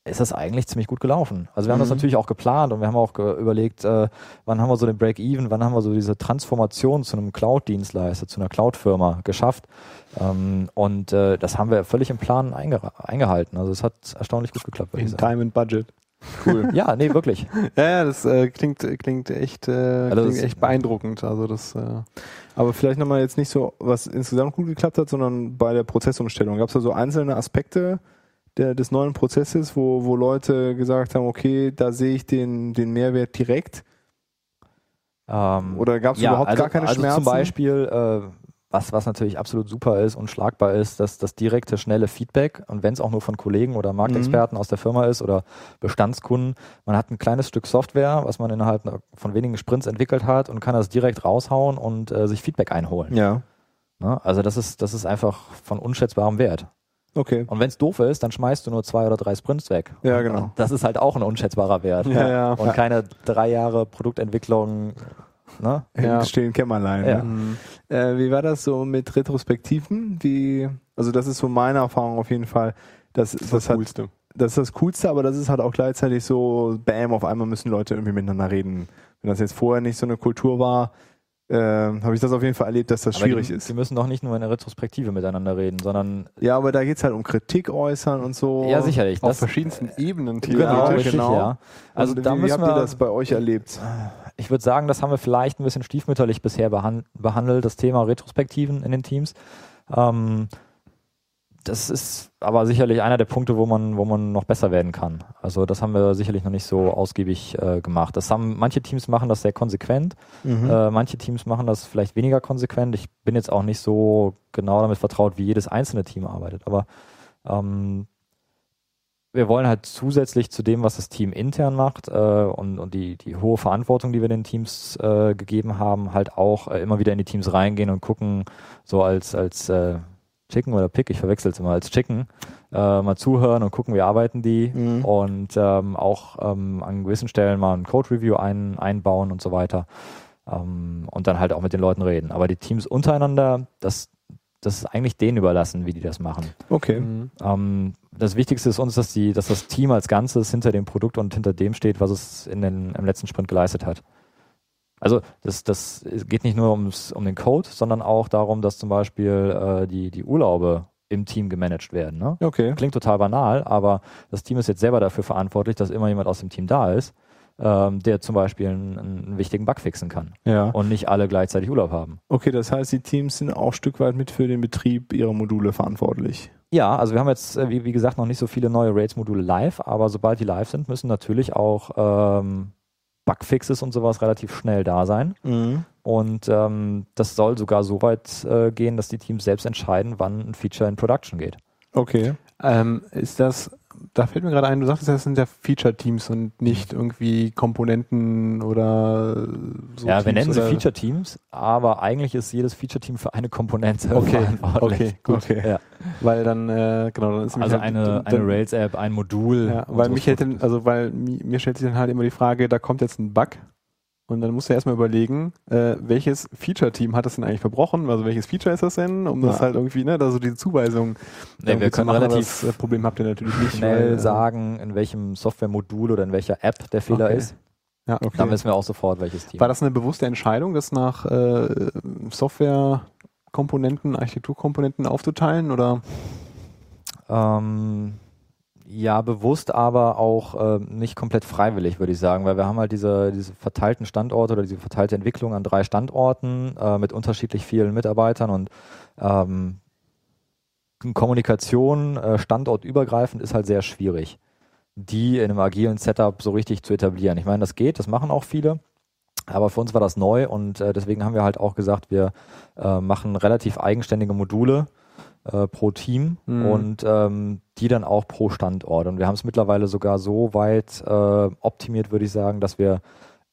ist das eigentlich ziemlich gut gelaufen. Also wir haben das
Mhm.
natürlich auch geplant und wir haben auch ge- überlegt, äh, wann haben wir so den Break-Even, wann haben wir so diese Transformation zu einem Cloud-Dienstleister, zu einer Cloud-Firma geschafft. Ähm, und äh, das haben wir völlig im Plan eingera- eingehalten. Also es hat erstaunlich gut geklappt. würde ich
In
sagen.
Time and Budget.
Ja, nee, wirklich.
Ja, ja, das äh, klingt, klingt echt, äh,
das
klingt
ist-
echt beeindruckend. Also das, äh,
Aber vielleicht nochmal jetzt nicht so, was insgesamt gut geklappt hat, sondern bei der Prozessumstellung. Gab es da so einzelne Aspekte der, des neuen Prozesses, wo, wo Leute gesagt haben, okay, da sehe ich den, den Mehrwert direkt?
Ähm,
Oder gab es überhaupt
also,
gar keine
also
Schmerzen?
Zum Beispiel, äh, was, was natürlich absolut super ist und schlagbar ist, dass das direkte, schnelle Feedback und wenn es auch nur von Kollegen oder Marktexperten
Mhm.
aus der Firma ist oder Bestandskunden, man hat ein kleines Stück Software, was man innerhalb von wenigen Sprints entwickelt hat und kann das direkt raushauen und äh, sich Feedback einholen.
Ja.
Ne? Also das ist, das ist einfach von unschätzbarem Wert.
Okay.
Und wenn es doof ist, dann schmeißt du nur zwei oder drei Sprints weg.
Ja,
Und,
genau.
Und das ist halt auch ein unschätzbarer Wert.
Ja, ja.
Und keine drei Jahre Produktentwicklung. Ne?
Ja.
Im stillen Kämmerlein.
Ja.
Ne?
Hm,
Äh, wie war das so mit Retrospektiven? Wie, also das ist so meine Erfahrung auf jeden Fall. Das, das, hat,
Coolste.
das ist das Coolste, aber das ist halt auch gleichzeitig so, bam, auf einmal müssen Leute irgendwie miteinander reden. Wenn das jetzt vorher nicht so eine Kultur war, äh, habe ich das auf jeden Fall erlebt, dass das
Aber
schwierig
die,
ist.
Die müssen doch nicht nur in der Retrospektive miteinander reden, sondern
Ja, aber da geht's halt um Kritik äußern und so.
ja sicherlich.
Oh, Auf verschiedensten Ebenen
Genau,
theoretisch.
richtig, genau.
Ja. Also
und
da
wie, wie
müssen
habt ihr
wir,
das bei euch erlebt?
ich würde sagen, das haben wir vielleicht ein bisschen stiefmütterlich bisher behan behandelt, das Thema Retrospektiven in den Teams. Ähm, das ist aber sicherlich einer der Punkte, wo man, wo man noch besser werden kann. Also das haben wir sicherlich noch nicht so ausgiebig äh, gemacht. Das haben manche Teams machen das sehr konsequent.
Mhm.
Äh, manche Teams machen das vielleicht weniger konsequent. Ich bin jetzt auch nicht so genau damit vertraut, wie jedes einzelne Team arbeitet. Aber ähm, wir wollen halt zusätzlich zu dem, was das Team intern macht äh, und, und die, die hohe Verantwortung, die wir den Teams äh, gegeben haben, halt auch äh, immer wieder in die Teams reingehen und gucken, so als, als äh, Chicken oder Pick, ich verwechsel es immer, als Chicken, äh, mal zuhören und gucken, wie arbeiten die
Mhm.
und ähm, auch ähm, an gewissen Stellen mal ein Code-Review ein, einbauen und so weiter ähm, und dann halt auch mit den Leuten reden. Aber die Teams untereinander, das, das ist eigentlich denen überlassen, wie die das machen.
Okay.
Mhm.
Ähm, das Wichtigste ist uns, dass, die, dass das Team als Ganzes hinter dem Produkt und hinter dem steht, was es in den, im letzten Sprint geleistet hat. Also das, das es geht nicht nur ums, um den Code, sondern auch darum, dass zum Beispiel äh, die, die Urlaube im Team gemanagt werden. Ne?
Okay.
Klingt total banal, aber das Team ist jetzt selber dafür verantwortlich, dass immer jemand aus dem Team da ist, ähm, der zum Beispiel einen, einen wichtigen Bug fixen kann
Äh, Ja.
und nicht alle gleichzeitig Urlaub haben.
Okay, das heißt, die Teams sind auch ein Stück weit mit für den Betrieb ihrer Module verantwortlich.
Ja, also wir haben jetzt, äh, wie, wie gesagt, noch nicht so viele neue Rails-Module live, aber sobald die live sind, müssen natürlich auch ähm, Bugfixes und sowas relativ schnell da sein.
Mhm.
Und ähm, das soll sogar so weit äh, gehen, dass die Teams selbst entscheiden, wann ein Feature in Production geht.
Okay.
Ähm, ist das, da fällt mir gerade ein, du sagtest, das sind ja Feature-Teams und nicht
Mhm.
irgendwie Komponenten oder so.
ja, wir
Teams
nennen sie
oder-
Feature-Teams, aber eigentlich ist jedes Feature-Team für eine Komponente
Okay,
*laughs* verantwortlich.
okay, gut.
Okay.
Ja.
Weil dann, äh, genau, dann ist nämlich
Also
halt-
eine,
dann,
eine Rails-App, ein Modul.
Ja,
und
weil
so.
mich hätte, also weil mi- mir stellt sich dann halt immer die Frage, da kommt jetzt ein Bug und dann musst du erstmal überlegen, äh, welches Feature-Team hat das denn eigentlich verbrochen, also welches Feature ist das denn, um das
Ja.
halt irgendwie, ne, also diese Zuweisung
nee, wir
irgendwie zu
können
machen, aber
relativ
das äh, Problem habt ihr
*laughs*
natürlich nicht. weil,
schnell
äh,
sagen, in welchem Software-Modul oder in welcher App der Fehler
Okay.
ist.
Ja,
Dann
okay.
wissen wir auch sofort, welches Team.
War das eine bewusste Entscheidung, das nach äh, Software-Komponenten, Architekturkomponenten aufzuteilen oder?
Ähm, ja, bewusst, aber auch ähm, nicht komplett freiwillig, würde ich sagen, weil wir haben halt diese, diese verteilten Standorte oder diese verteilte Entwicklung an drei Standorten äh, mit unterschiedlich vielen Mitarbeitern und ähm, Kommunikation äh, standortübergreifend ist halt sehr schwierig, die in einem agilen Setup so richtig zu etablieren. Ich meine, das geht, das machen auch viele. Aber für uns war das neu und äh, deswegen haben wir halt auch gesagt, wir äh, machen relativ eigenständige Module äh, pro Team
Mhm.
und ähm, die dann auch pro Standort. Und wir haben es mittlerweile sogar so weit äh, optimiert, würde ich sagen, dass wir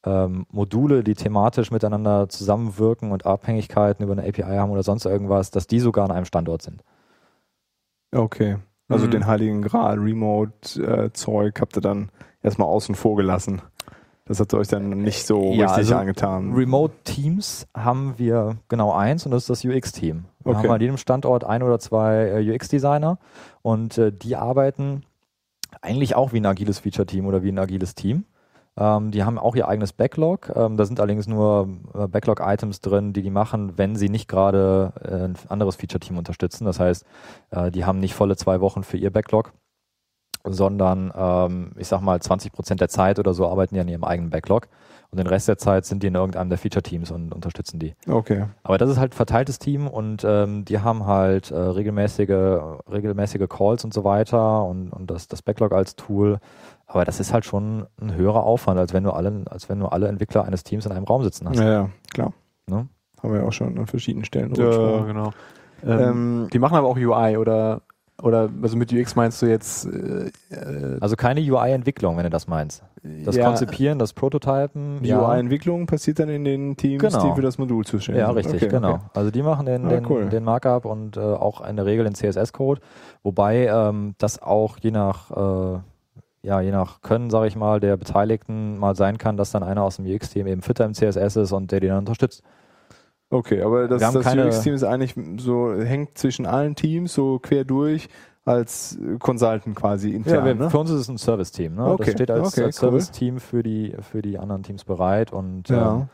ähm, Module, die thematisch miteinander zusammenwirken und Abhängigkeiten über eine API haben oder sonst irgendwas, dass die sogar an einem Standort sind.
Okay. Also
Mhm.
den heiligen Gral Remote-Zeug habt ihr dann erstmal außen vor gelassen. Das hat euch dann nicht so
Ja,
richtig
also
angetan.
Remote Teams haben wir genau eins und das ist das UX-Team. Wir
Okay.
haben an jedem Standort ein oder zwei äh, UX-Designer und äh, die arbeiten eigentlich auch wie ein agiles Feature-Team oder wie ein agiles Team. Ähm, die haben auch ihr eigenes Backlog. Ähm, da sind allerdings nur äh, Backlog-Items drin, die die machen, wenn sie nicht gerade äh, ein anderes Feature-Team unterstützen. Das heißt, äh, die haben nicht volle zwei Wochen für ihr Backlog, sondern ähm, ich sag mal 20 Prozent der Zeit oder so arbeiten die an ihrem eigenen Backlog. Und den Rest der Zeit sind die in irgendeinem der Feature-Teams und unterstützen die.
Okay.
Aber das ist halt ein verteiltes Team und ähm, die haben halt äh, regelmäßige, regelmäßige Calls und so weiter und, und das, das Backlog als Tool. Aber das ist halt schon ein höherer Aufwand, als wenn du alle, als wenn du alle Entwickler eines Teams in einem Raum sitzen hast.
Ja, ja, klar.
Ne?
Haben wir ja auch schon an verschiedenen Stellen
Ja,
drüber
genau.
gesprochen.
Ähm,
ähm,
die machen aber auch UI oder, oder also mit UX meinst du jetzt äh, äh,
Also keine UI-Entwicklung, wenn du das meinst. Das
ja,
Konzipieren, das Prototypen.
Die UI-Entwicklung passiert dann in den Teams,
Genau.
die für das Modul zuständig
Ja,
sind.
richtig,
Okay,
genau.
okay.
Also die machen den,
Ah,
den,
cool.
den Markup und äh, auch in der Regel den CSS-Code, wobei ähm, das auch je nach, äh, ja, je nach Können, sage ich mal, der Beteiligten mal sein kann, dass dann einer aus dem UX-Team eben fitter im CSS ist und der den dann unterstützt.
Okay, aber das,
Wir haben
das
keine-
UX-Team ist eigentlich so, hängt zwischen allen Teams so quer durch als äh, Consultant quasi intern.
wir-
ne?
Für uns ist es ein Service-Team. Ne?
Okay,
Das steht als,
okay,
als
cool.
Service-Team für die, für die anderen Teams bereit und ähm,
Ja.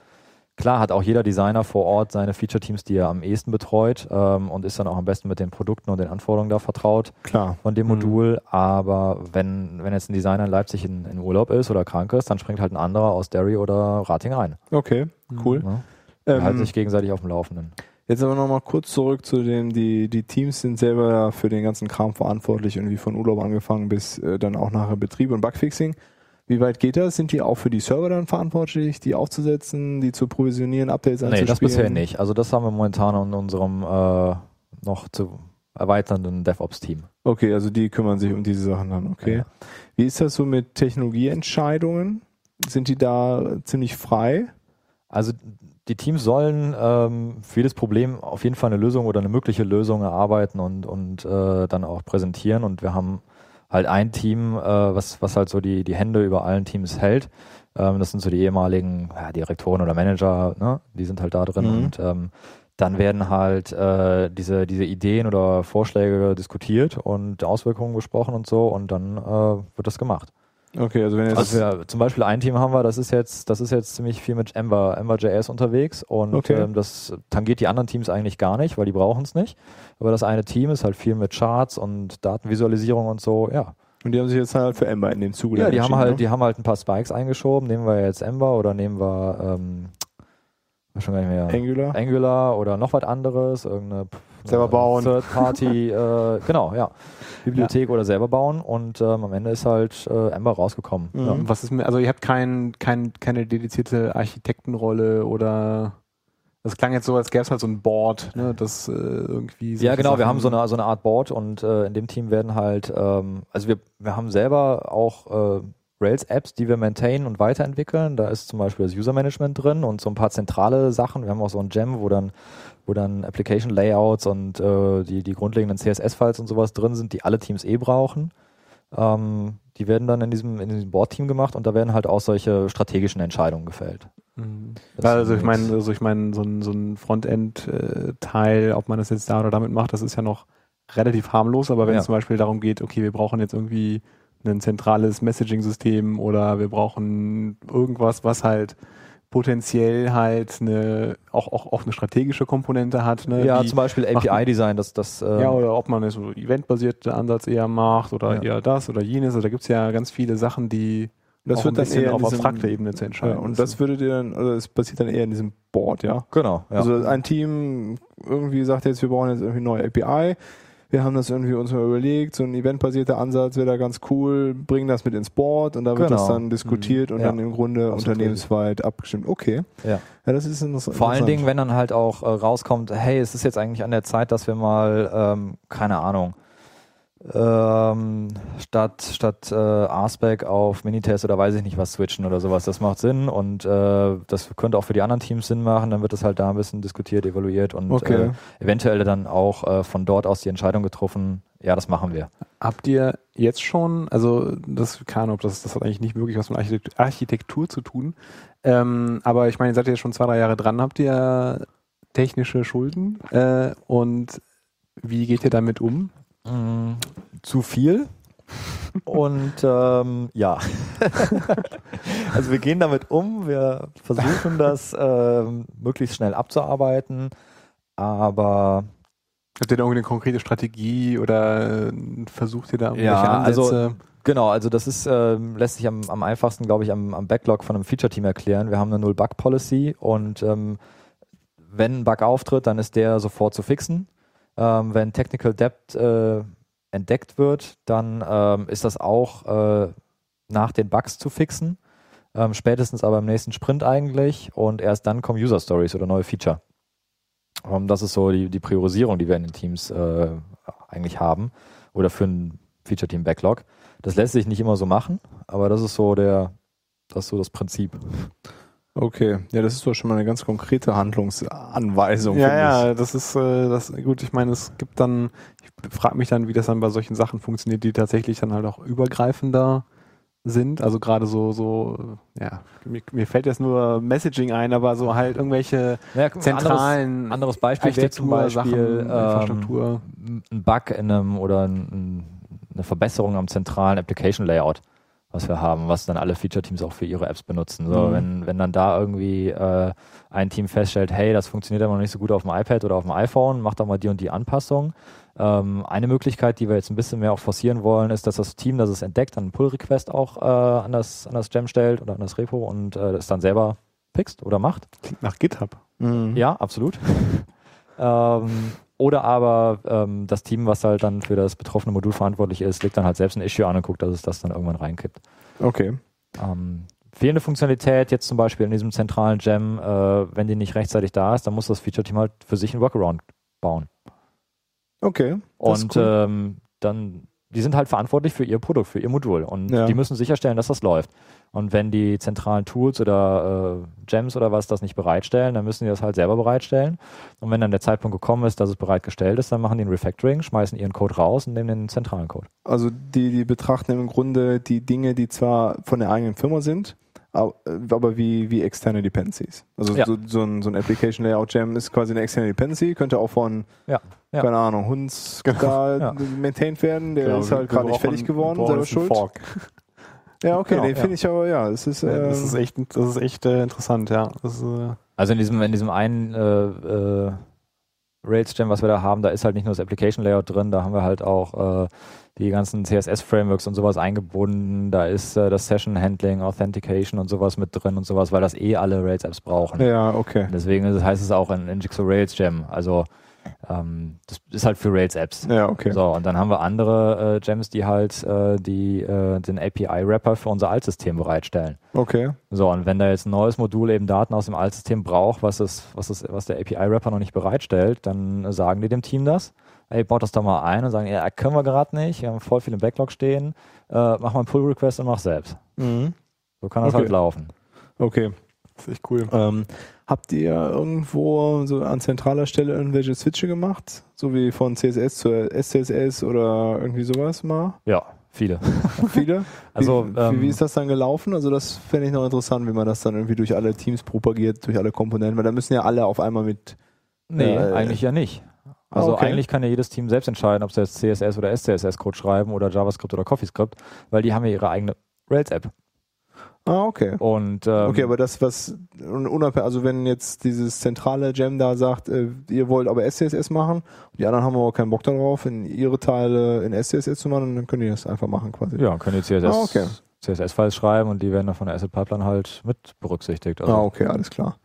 Klar hat auch jeder Designer vor Ort seine Feature-Teams, die er am ehesten betreut ähm, und ist dann auch am besten mit den Produkten und den Anforderungen da vertraut.
Klar.
von dem Modul, aber wenn, wenn jetzt ein Designer in Leipzig in, in Urlaub ist oder krank ist, dann springt halt ein anderer aus Derry oder Rating rein.
Okay, cool.
Ne?
Ähm,
halt sich gegenseitig auf dem Laufenden.
Jetzt aber nochmal kurz zurück zu dem, die, die Teams sind selber ja für den ganzen Kram verantwortlich, irgendwie von Urlaub angefangen bis äh, dann auch nachher Betrieb und Bugfixing. Wie weit geht das? Sind die auch für die Server dann verantwortlich, die aufzusetzen, die zu provisionieren, Updates
Nee,
einzuspielen?
das bisher nicht. Also das haben wir momentan in unserem äh, noch zu erweiternden DevOps-Team.
Okay, also die kümmern sich um diese Sachen dann, okay.
Ja.
Wie ist das so mit Technologieentscheidungen? Sind die da ziemlich frei?
Also die Teams sollen ähm, für jedes Problem auf jeden Fall eine Lösung oder eine mögliche Lösung erarbeiten und, und äh, dann auch präsentieren. Und wir haben halt ein Team, äh, was, was halt so die, die Hände über allen Teams hält. Ähm, das sind so die ehemaligen ja, Direktoren oder Manager, ne? die sind halt da drin.
Mhm.
Und ähm, dann werden halt äh, diese, diese Ideen oder Vorschläge diskutiert und Auswirkungen besprochen und so. Und dann äh, wird das gemacht.
Okay, also wenn jetzt
Also wir, zum Beispiel ein Team haben wir, das ist jetzt, das ist jetzt ziemlich viel mit Ember, Ember.js unterwegs und
Okay.
ähm, das tangiert die anderen Teams eigentlich gar nicht, weil die brauchen es nicht. Aber das eine Team ist halt viel mit Charts und Datenvisualisierung und so, ja.
und die haben sich jetzt halt für Ember in dem Zuge
Ja,
dann
die haben
entschieden,
halt,
ne?
die haben halt ein paar Spikes eingeschoben. Nehmen wir jetzt Ember oder nehmen wir ähm, weiß schon gar nicht mehr.
ne? Angular.
Angular oder noch was anderes, irgendeine
Selber bauen.
Third Party, äh, genau, ja. Bibliothek oder selber bauen und ähm, am Ende ist halt äh, Ember rausgekommen.
Mhm.
Ja.
Was ist mit, also ihr habt kein, kein, keine dedizierte Architektenrolle oder das klang jetzt so, als gäbe es halt so ein Board, ne, das äh, irgendwie
Ja,
solche
genau, wir
Sachen-
haben so eine, so eine Art Board und äh, in dem Team werden halt, ähm, also wir, wir haben selber auch äh, Rails-Apps, die wir maintainen und weiterentwickeln. Da ist zum Beispiel das User-Management drin und so ein paar zentrale Sachen. Wir haben auch so ein Gem, wo dann, wo dann Application-Layouts und äh, die, die grundlegenden CSS-Files und sowas drin sind, die alle Teams eh brauchen. Ähm, die werden dann in diesem, in diesem Board-Team gemacht und da werden halt auch solche strategischen Entscheidungen gefällt.
Mhm.
Das
Also ich
sind
meine,
jetzt-
also ich meine, so ein, so ein Frontend-Teil, ob man das jetzt da oder damit macht, das ist ja noch relativ harmlos, aber wenn
Ja.
es zum Beispiel darum geht, okay, wir brauchen jetzt irgendwie ein zentrales Messaging-System oder wir brauchen irgendwas, was halt potenziell halt eine auch, auch, auch eine strategische Komponente hat, ne?
ja,
die,
zum Beispiel
machen-
API-Design, das, das ähm,
Ja, oder ob man jetzt so eventbasierte Ansatz eher macht oder
Ja.
eher das oder jenes. Also da gibt es ja ganz viele Sachen, die
Das
auch
wird
ein
dann
bisschen
eher in
auf
diesem-
abstrakter Ebene zu entscheiden.
Ja, und
ist.
das würdet ihr dann, also es passiert dann eher in diesem Board, ja?
genau. Ja.
Also ein Team irgendwie sagt jetzt, wir brauchen jetzt irgendwie eine neue API. wir haben das irgendwie uns mal überlegt, so ein eventbasierter Ansatz wäre da ganz cool, bringen das mit ins Board und da wird
Genau.
das dann diskutiert und
Ja.
dann im Grunde
Absolut.
unternehmensweit abgestimmt. Okay.
Ja.
Ja, das ist interessant.
Vor allen Dingen, wenn dann halt auch äh, rauskommt, hey, es ist jetzt eigentlich an der Zeit, dass wir mal, ähm, keine Ahnung, ähm, statt, statt äh, Arsback auf Minitest oder weiß ich nicht was switchen oder sowas. Das macht Sinn und äh, das könnte auch für die anderen Teams Sinn machen. Dann wird das halt da ein bisschen diskutiert, evaluiert und
Okay.
äh, eventuell dann auch äh, von dort aus die Entscheidung getroffen, ja, das machen wir.
Habt ihr jetzt schon, also das keine Ahnung, ob das, das hat eigentlich nicht wirklich was mit Architekt- Architektur zu tun, ähm, aber ich meine, ihr seid ja schon zwei, drei Jahre dran, habt ihr technische Schulden äh, und wie geht ihr damit um?
Mm, zu viel. Und ähm, ja. *laughs* also wir gehen damit um, wir versuchen das ähm, möglichst schnell abzuarbeiten, aber
Habt ihr da irgendeine konkrete Strategie oder äh, versucht ihr da irgendwelche
Ja, also-
Ansätze?
Genau, also das ist, ähm, lässt sich am, am einfachsten, glaube ich, am, am Backlog von einem Feature-Team erklären. Wir haben eine Null-Bug-Policy und ähm, wenn ein Bug auftritt, dann ist der sofort zu fixen. Ähm, wenn Technical Debt äh, entdeckt wird, dann ähm, ist das auch äh, nach den Bugs zu fixen. Ähm, spätestens aber im nächsten Sprint eigentlich und erst dann kommen User Stories oder neue Feature. Ähm, das ist so die, die Priorisierung, die wir in den Teams äh, eigentlich haben oder für ein Feature-Team-Backlog. Das lässt sich nicht immer so machen, aber das ist so der, das ist so das Prinzip.
Okay, ja, das ist doch schon mal eine ganz konkrete Handlungsanweisung.
Ja,
finde ich.
ja, das ist äh, das gut, ich meine, es gibt dann, ich frage mich dann, wie das dann bei solchen Sachen funktioniert, die tatsächlich dann halt auch übergreifender sind. Also gerade so, so, äh, ja, mir, mir fällt jetzt nur Messaging ein, aber so halt irgendwelche
Naja,
zentralen
anderes, anderes Beispiel wäre zum Beispiel ähm,
Infrastruktur.
ein Bug in einem oder ein, eine Verbesserung am zentralen Application Layout, was wir haben, was dann alle Feature Teams auch für ihre Apps benutzen. So,
Mhm.
wenn, wenn dann da irgendwie äh, ein Team feststellt, hey, das funktioniert aber noch nicht so gut auf dem iPad oder auf dem iPhone, mach doch mal die und die Anpassung. Ähm, eine Möglichkeit, die wir jetzt ein bisschen mehr auch forcieren wollen, ist, dass das Team, das es entdeckt, dann einen Pull-Request auch äh, an, das, an das Jam stellt oder an das Repo und äh, das dann selber pickst oder macht.
Klingt nach GitHub.
Mhm.
Ja, absolut. ähm, oder aber ähm, das Team, was halt dann für das betroffene Modul verantwortlich ist, legt dann halt selbst ein Issue an und guckt, dass es das dann irgendwann reinkippt.
Okay.
Ähm, fehlende Funktionalität, jetzt zum Beispiel in diesem zentralen Gem, äh, wenn die nicht rechtzeitig da ist, dann muss das Feature-Team halt für sich einen Workaround bauen.
Okay. das ist
Und
cool.
ähm, dann, die sind halt verantwortlich für ihr Produkt, für ihr Modul. Und
Ja.
die müssen sicherstellen, dass das läuft. Und wenn die zentralen Tools oder äh, Gems oder was das nicht bereitstellen, dann müssen die das halt selber bereitstellen. Und wenn dann der Zeitpunkt gekommen ist, dass es bereitgestellt ist, dann machen die ein Refactoring, schmeißen ihren Code raus und nehmen den zentralen Code.
also die, die betrachten im Grunde die Dinge, die zwar von der eigenen Firma sind, au- äh, aber wie, wie externe Dependencies. Also
Ja.
so, so, ein, so ein Application Layout Jam ist quasi eine externe Dependency, könnte auch von,
Ja, ja.
keine Ahnung, Hunds da
ja.
maintained werden, der
Genau,
ist halt
wir
gerade nicht
brauchen-
fertig geworden,
wir brauchen
selber
jetzt einen
schuld.
Fork.
Ja, okay,
Genau,
den
ja.
finde ich aber, ja, es ist,
Ja,
ähm,
Das ist echt, das ist echt äh, interessant, ja. Das ist, äh,
Also in diesem, in diesem einen äh, äh, Rails-Gem, was wir da haben, da ist halt nicht nur das Application-Layout drin, da haben wir halt auch äh, die ganzen CSS-Frameworks und sowas eingebunden, da ist äh, das Session-Handling, Authentication und sowas mit drin und sowas, weil das eh alle Rails-Apps brauchen.
ja, okay.
Deswegen ist, heißt es auch in, in Jigsaw Rails-Gem. Also ähm, das ist halt für Rails-Apps.
Ja, okay.
So, und dann haben wir andere äh, Gems, die halt äh, die, äh, den API-Wrapper für unser Altsystem bereitstellen.
Okay.
So, und wenn da jetzt ein neues Modul eben Daten aus dem Altsystem braucht, was, es, was, es, was der API-Wrapper noch nicht bereitstellt, dann äh, sagen die dem Team das. Ey, baut das da mal ein und sagen, ja, können wir gerade nicht, wir haben voll viel im Backlog stehen, äh, mach mal einen Pull-Request und mach selbst.
Mhm.
So kann das
Okay.
halt laufen.
Okay.
das ist echt cool.
Ähm, habt ihr irgendwo so an zentraler Stelle irgendwelche Switche gemacht? So wie von CSS zu SCSS oder irgendwie sowas
*laughs*
mal?
Ja, viele.
Viele?
Also,
wie,
ähm,
wie, wie ist das dann gelaufen? Also das fände ich noch interessant, wie man das dann irgendwie durch alle Teams propagiert, durch alle Komponenten, weil da müssen ja alle auf einmal mit.
Nee,
Ja, äh,
eigentlich ja nicht. Also
okay.
eigentlich kann ja jedes Team selbst entscheiden, ob sie jetzt CSS oder SCSS-Code schreiben oder JavaScript oder CoffeeScript, weil die haben ja ihre eigene Rails-App.
Ah, okay.
Und ähm,
Okay, aber das, was un- unabhängig, also wenn jetzt dieses zentrale Gem da sagt, äh, ihr wollt aber SCSS machen, die anderen haben aber keinen Bock darauf, in ihre Teile in SCSS zu machen, dann können die das einfach machen quasi.
Ja, können die CSS,
Ah, okay.
CSS-Files schreiben und die werden dann von der Asset Pipeline halt mit berücksichtigt. Also
Ah, okay, alles klar.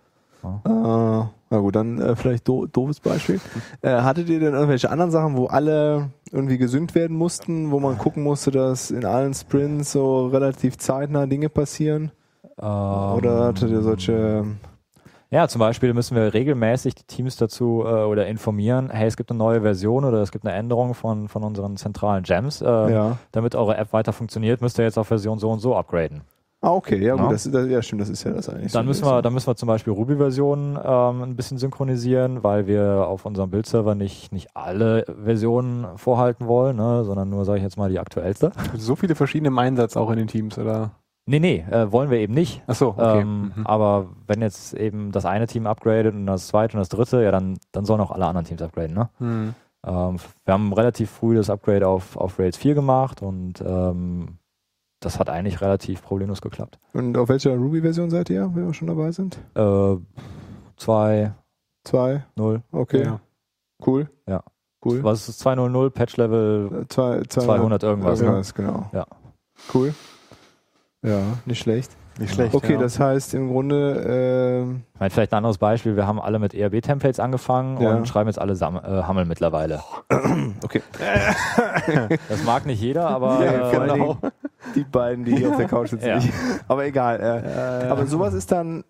Ja.
Äh, na gut, dann äh, vielleicht do doofes Beispiel. Äh, hattet ihr denn irgendwelche anderen Sachen, wo alle irgendwie gesünd werden mussten, wo man gucken musste, dass in allen Sprints so relativ zeitnah Dinge passieren?
Ähm,
Oder hattet ihr solche
Ja, zum Beispiel müssen wir regelmäßig die Teams dazu äh, oder informieren, hey, es gibt eine neue Version oder es gibt eine Änderung von, von unseren zentralen Gems. Äh,
ja.
Damit eure App weiter funktioniert, müsst ihr jetzt auf Version so und so upgraden.
Ah, okay, ja,
Ja.
gut, das, das, ja, stimmt, das ist ja das eigentlich.
Dann
so
müssen wir, dann müssen wir zum Beispiel Ruby-Versionen ähm, ein bisschen synchronisieren, weil wir auf unserem Bildserver nicht, nicht alle Versionen vorhalten wollen, ne, sondern nur, sage ich jetzt mal, die aktuellste.
So viele verschiedene im Einsatz auch in den Teams, oder?
Nee, nee, äh, wollen wir eben nicht.
Achso, okay.
Ähm,
Mhm.
Aber wenn jetzt eben das eine Team upgradet und das zweite und das dritte, ja, dann, dann sollen auch alle anderen Teams upgraden. Ne?
Mhm.
Ähm, wir haben relativ früh das Upgrade auf, auf Rails 4 gemacht und ähm, das hat eigentlich relativ problemlos geklappt.
Und auf welcher Ruby-Version seid ihr, wenn wir schon dabei sind?
Äh, 2,
Zwei,
0,
okay,
Ja.
cool.
Ja.
Cool.
was ist es? 200, Patch Level
Äh, Zwei,
200 irgendwas. Ne?
Irgendwas, genau.
Ja.
Cool. Ja, nicht schlecht.
Nicht schlecht.
Okay,
ja.
das heißt im Grunde, ähm,
Ich meine, vielleicht ein anderes Beispiel. Wir haben alle mit E ERB-Templates angefangen
Ja.
und schreiben jetzt alle Sam äh, Hammel mittlerweile.
okay,
*laughs* Das mag nicht jeder, aber
*laughs* Ja,
*laughs*
genau.
äh,
vor allen Dingen die beiden, die hier auf der Couch sitzen.
*laughs* Ja.
nicht. Aber egal. Äh, aber sowas ist dann,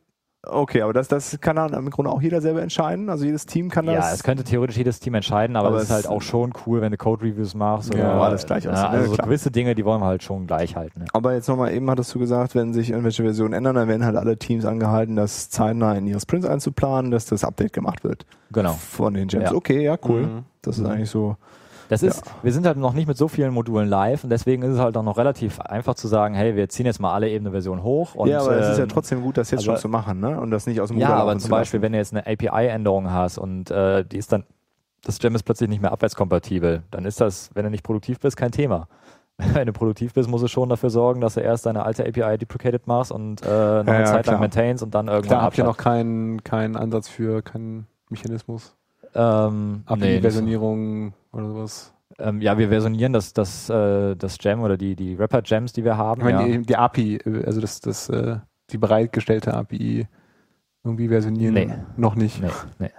okay, aber das, das kann dann im Grunde auch jeder selber entscheiden. Also jedes Team kann das.
Ja, es könnte theoretisch jedes Team entscheiden, aber,
Aber
es ist
es-
halt auch schon cool, wenn du Code-Reviews machst.
Ja,
oder,
alles gleich aussehen,
Na, also
ja,
so
klar.
gewisse Dinge, die wollen wir halt schon gleich halten. Ja.
aber jetzt nochmal, eben hattest du gesagt, wenn sich irgendwelche Versionen ändern, dann werden halt alle Teams angehalten, das zeitnah in ihre Sprints einzuplanen, dass das Update gemacht wird.
Genau.
Von den Gems.
Ja.
Okay, ja, cool.
Mhm.
Das ist eigentlich so.
Das
Ja.
ist, wir sind halt noch nicht mit so vielen Modulen live und deswegen ist es halt auch noch relativ einfach zu sagen, hey, wir ziehen jetzt mal alle eben eine Version hoch. Und,
ja, aber es ist ja
ähm,
trotzdem gut, das jetzt
aber-
schon zu machen, ne? Und das nicht aus dem
Ja,
Ruder
aber
laufen
zum
zu lassen.
Beispiel, wenn du jetzt eine API-Änderung hast und äh, die ist dann, das Gem ist plötzlich nicht mehr abwärtskompatibel, dann ist das, wenn du nicht produktiv bist, kein Thema. *laughs* Wenn du produktiv bist, musst du schon dafür sorgen, dass du erst deine alte API deprecated machst und äh, noch eine
Ja, ja,
Zeit
klar.
lang maintainst und dann irgendwann
Da habt ihr
abschaltest.
noch keinen keinen Ansatz für, keinen Mechanismus.
Ähm, nee, nicht so.
Versionierung oder sowas.
ähm, ja, wir versionieren das, das, äh, das Jam oder die, die Rapper-Jams, die wir haben.
Ich meine,
ja.
die, die API, äh, also das, das, äh, die bereitgestellte API irgendwie versionieren
Nee.
noch nicht.
nee, nee.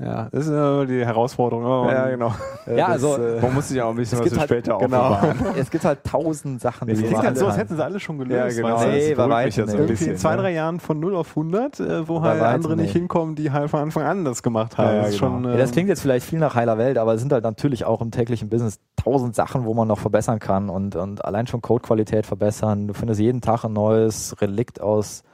Ja, das ist äh, die Herausforderung. aber
Ja,
man-
genau.
Ja, also-
man muss sich auch ein bisschen was
Es gibt
für
halt-
später
genau.
aufbewahren.
*laughs* Es gibt halt tausend Sachen,
die
Das
man
klingt halt so, als
kann.
hätten sie alle schon gelöst.
Ja, genau.
weißt du?
Nee,
das
bei
beruhigt mich jetzt
weitem
so ein
nicht.
Irgendwie
bisschen,
in zwei,
ne?
drei Jahren von 0 auf 100, äh, wo
Bei
halt
weitem
andere nicht
nicht.
hinkommen, die halt von Anfang an das gemacht haben.
Ja, ja,
Das ist
genau.
schon,
Ja, das
ähm,
klingt jetzt vielleicht viel nach heiler Welt, aber es sind halt natürlich auch im täglichen Business tausend Sachen, wo man noch verbessern kann und, und allein schon Codequalität verbessern. Du findest jeden Tag ein neues Relikt aus,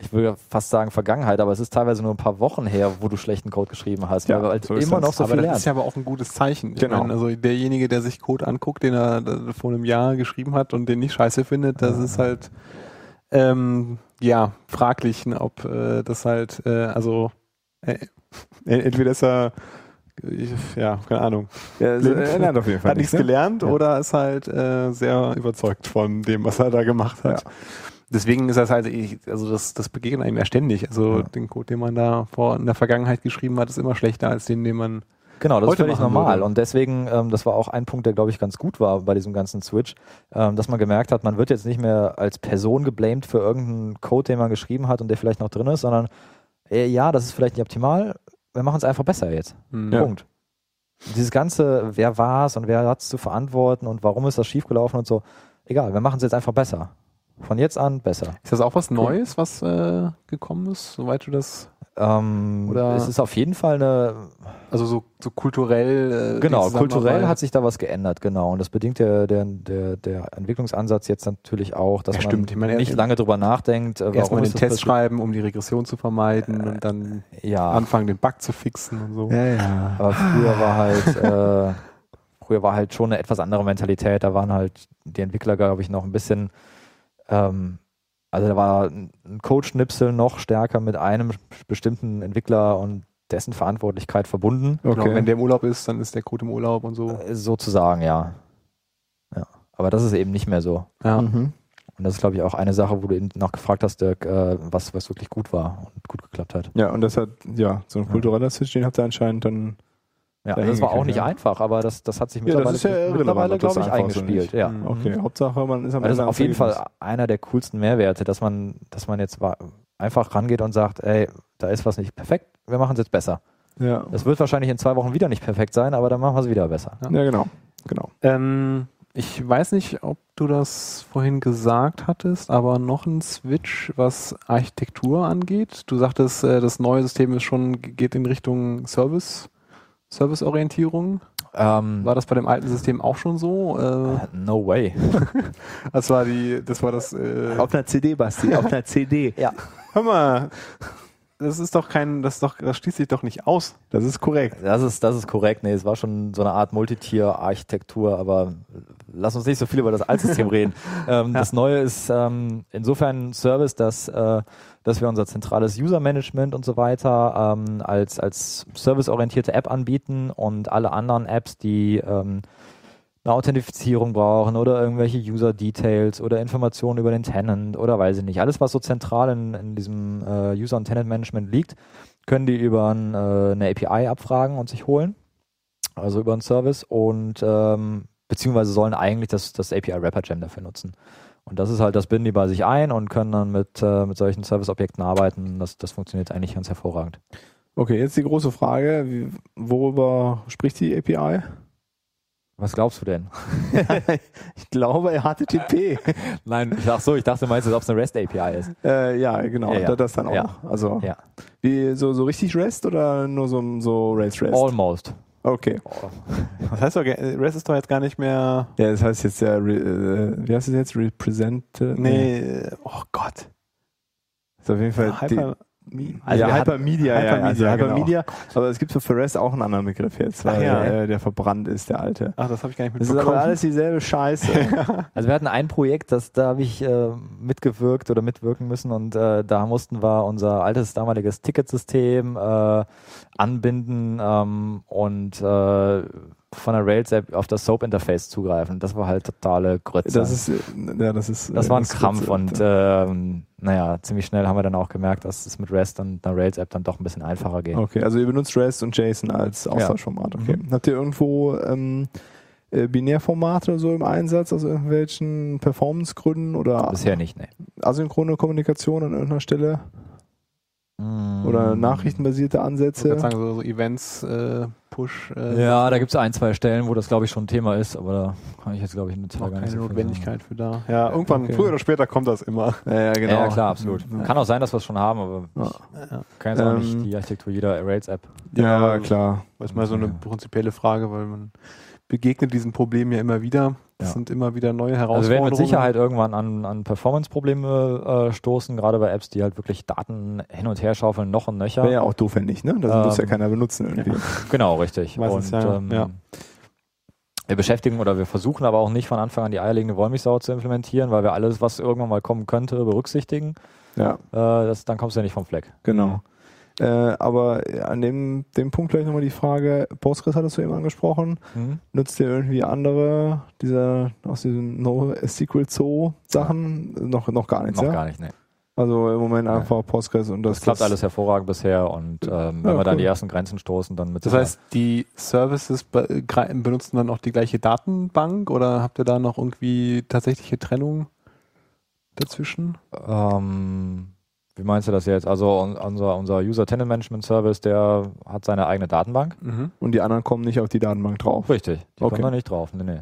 ich würde fast sagen Vergangenheit, aber es ist teilweise nur ein paar Wochen her, wo du schlechten Code geschrieben hast,
Ja,
weil wir halt
so ist
immer
das.
noch so
aber
viel
das
lernen.
ist ja aber auch ein gutes Zeichen. Ich
Genau.
meine, also derjenige, der sich Code anguckt, den er äh, vor einem Jahr geschrieben hat und den nicht scheiße findet, das ist halt ähm, ja fraglich, ne, ob äh, das halt äh, also äh, *laughs* äh, entweder ist er ich, ja keine Ahnung
Ja, also,
Blind.
äh, ändert auf jeden Fall
hat nichts
ne?
gelernt
Ja.
oder ist halt äh, sehr überzeugt von dem, was er da gemacht hat. Deswegen ist das halt, ich- also das, das begegnet einem ja ständig. Also
Ja.
den Code, den man da vor in der Vergangenheit geschrieben hat, ist immer schlechter als den, den man
Genau, das ist
heute
völlig
machen
normal.
würde.
Und deswegen, ähm, das war auch ein Punkt, der, glaube ich, ganz gut war bei diesem ganzen Switch, ähm, dass man gemerkt hat, man wird jetzt nicht mehr als Person geblamed für irgendeinen Code, den man geschrieben hat und der vielleicht noch drin ist, sondern äh, ja, das ist vielleicht nicht optimal, wir machen es einfach besser jetzt.
Ja.
Punkt. Dieses ganze, wer war es und wer hat es zu verantworten und warum ist das schiefgelaufen und so, egal, wir machen es jetzt einfach besser. Von jetzt an besser.
Ist das auch was Neues, was äh, gekommen ist, soweit du das,
Ähm,
Oder-
es ist auf jeden Fall eine
also so, so kulturell. Äh,
Genau,
die
kulturell
Zusammenarbeit-
hat sich da was geändert, genau. Und das bedingt der, der, der, der Entwicklungsansatz jetzt natürlich auch, dass
Ja,
man
stimmt. Ich meine,
nicht
erst-
lange drüber nachdenkt. äh,
erstmal
warum
den
ist das
Test
passiert. Äh,
schreiben, um die Regression zu vermeiden und dann
Ja,
anfangen, den Bug zu fixen und so.
Ja, ja.
aber früher war halt, äh, früher war halt schon eine etwas andere Mentalität. Da waren halt die Entwickler, glaube ich, noch ein bisschen, ähm, also da war ein Codeschnipsel noch stärker mit einem bestimmten Entwickler und dessen Verantwortlichkeit verbunden.
Okay.
Genau, wenn der im Urlaub ist, dann ist der Code im Urlaub und so.
Äh, Sozusagen, ja. ja. Aber das ist eben nicht mehr so.
Ja.
Mhm.
Und das ist, glaube ich, auch eine Sache, wo du eben nachgefragt hast, Dirk, äh, was, was wirklich gut war und gut geklappt hat.
ja, und das hat, ja, so ein kultureller Switch, den habt ihr anscheinend dann.
Ja,
Da
das war auch
hingekriegt,
nicht
ja.
einfach, aber das, das hat sich
das
mittlerweile,
ist ja irrelevant,
mittlerweile
ob das
glaube ich,
einfach ist oder
eingespielt.
nicht.
Ja.
Mhm.
Okay, Hauptsache, man ist am
Aber das ist
am
auf jeden
Ergebnis.
Fall einer der coolsten Mehrwerte, dass man, dass man jetzt wa- einfach rangeht und sagt, ey, da ist was nicht perfekt, wir machen es jetzt besser.
Ja.
Das wird wahrscheinlich in zwei Wochen wieder nicht perfekt sein, aber dann machen wir es wieder besser.
ja, genau. genau.
Ähm, ich weiß nicht, ob du das vorhin gesagt hattest, aber noch ein Switch, was Architektur angeht. Du sagtest, äh, das neue System ist schon, geht in Richtung Service, Serviceorientierung.
Ähm,
War das bei dem alten System auch schon so? Äh,
no way.
das war die, das war das. Äh,
Auf einer CD, Basti, auf einer CD.
Ja.
hör mal, das ist doch kein, das ist doch, das schließt sich doch nicht aus.
Das ist korrekt.
Das ist, das ist korrekt. Nee, es war schon so eine Art Multitier-Architektur, aber lass uns nicht so viel über das Altsystem reden. Ähm, Das Neue ist ähm, insofern ein Service, dass, äh, dass wir unser zentrales User-Management und so weiter ähm, als, als serviceorientierte App anbieten und alle anderen Apps, die ähm, eine Authentifizierung brauchen oder irgendwelche User-Details oder Informationen über den Tenant oder weiß ich nicht. Alles, was so zentral in, in diesem äh, User- und Tenant-Management liegt, können die über ein, äh, eine API abfragen und sich holen, also über einen Service und ähm, beziehungsweise sollen eigentlich das, das API Wrapper Jam dafür nutzen. Und das ist halt, das binden die bei sich ein und können dann mit, äh, mit solchen Service-Objekten arbeiten. Das, das funktioniert eigentlich ganz hervorragend.
Okay, jetzt die große Frage, wie, worüber spricht die API?
Was glaubst du *laughs* denn?
ich glaube HTTP.
Nein, ach so, ich dachte, du meinst, ob es eine REST-API ist.
äh, ja, genau,
Ja, ja.
da- das dann auch
Ja.
noch. Also
Ja.
wie, so, so richtig REST oder nur so, so Rails REST?
Almost.
Okay.
Das heißt doch, äh, REST ist doch jetzt gar nicht mehr.
Ja, das heißt jetzt ja, re, äh, wie heißt es jetzt? Represent?
Nee, äh, oh Gott.
Ist auf jeden Fall
Hyper,
Äh, die,
also wir
ja,
hatten-
Hypermedia, ja, ja, also
Hypermedia, genau.
Hypermedia. Aber es gibt für REST auch einen anderen Begriff jetzt, weil
Ach ja.
äh, der verbrannt ist, der alte.
ach, das habe ich gar nicht
Das ist
mitbekommen.
aber alles dieselbe
*laughs*
Scheiße.
Also wir hatten ein Projekt, das da habe ich äh, mitgewirkt oder mitwirken müssen und äh, da mussten wir unser altes damaliges Ticketsystem äh, anbinden ähm, und äh, von der Rails-App auf das Soap-Interface zugreifen. Das war halt totale Grütze.
Das ist, äh, ja, das ist.
Das
äh,
war ein
ist-
Krampf und ähm, naja, ziemlich schnell haben wir dann auch gemerkt, dass es mit REST und einer Rails-App dann doch ein bisschen einfacher geht.
Okay, also ihr benutzt REST und JSON als Austauschformat. Okay.
Mhm.
Habt ihr irgendwo ähm, äh, Binärformate oder so im Einsatz aus irgendwelchen Performancegründen oder
Bisher nicht, ne.
asynchrone Kommunikation an irgendeiner Stelle Hm. oder
Mhm.
nachrichtenbasierte
Ich würde
Ansätze?
sagen, so, so Events, äh, Push, äh,
Ja, da gibt es ein, zwei Stellen, wo das glaube ich schon Thema ist, aber da kann ich jetzt glaube ich in der
noch
Zahl gar
keine
nicht so viel sagen.
Notwendigkeit für da. Ja, irgendwann,
Okay.
früher oder später kommt das immer.
Ja, genau.
Ja, Mhm. klar, absolut. Kann auch sein, dass wir es schon haben, aber
Ja.
ich kann jetzt auch
Ähm,
nicht die Architektur jeder Also Rails-App.
Ja, klar.
Das ist mal so eine
Ja.
prinzipielle Frage, weil man begegnet diesem Problem ja immer wieder. Es
Ja.
sind immer wieder neue
Also wir
Herausforderungen.
werden mit Sicherheit irgendwann an, an Performance-Probleme äh, stoßen, gerade bei Apps, die halt wirklich Daten hin und her schaufeln, noch und nöcher.
Wäre ja auch doof, wenn nicht, ne? Das muss ja
Ähm,
keiner benutzen irgendwie.
Genau, richtig.
Meistens,
und
ja,
ähm,
ja.
wir beschäftigen oder wir versuchen aber auch nicht von Anfang an die eierlegende Wollmilchsau zu implementieren, weil wir alles, was irgendwann mal kommen könnte, berücksichtigen.
Ja,
Äh, das, dann kommst du ja nicht vom Fleck.
genau. Äh, aber an dem, dem Punkt gleich nochmal die Frage, Postgres hattest du eben angesprochen.
Hm?
Nutzt ihr irgendwie andere dieser aus diesem NoSQL Zoo Sachen? Noch, noch gar nichts,
Noch
ja?
gar nicht, ne.
Also im Moment
Ja.
einfach Postgres und das,
Das klappt alles hervorragend bisher und ähm, wenn
Ja,
wir da an
cool.
die ersten Grenzen stoßen, dann mit
Das
Sicherheit.
heißt, die Services be gre- benutzen dann auch die gleiche Datenbank oder habt ihr da noch irgendwie tatsächliche Trennung dazwischen?
Ähm, wie meinst du das jetzt? Also un- unser, unser User Tenant Management Service, der hat seine eigene Datenbank.
Mhm.
Und die anderen kommen nicht auf die Datenbank drauf.
Richtig. Die
Okay.
kommen da nicht drauf. Nee, nee.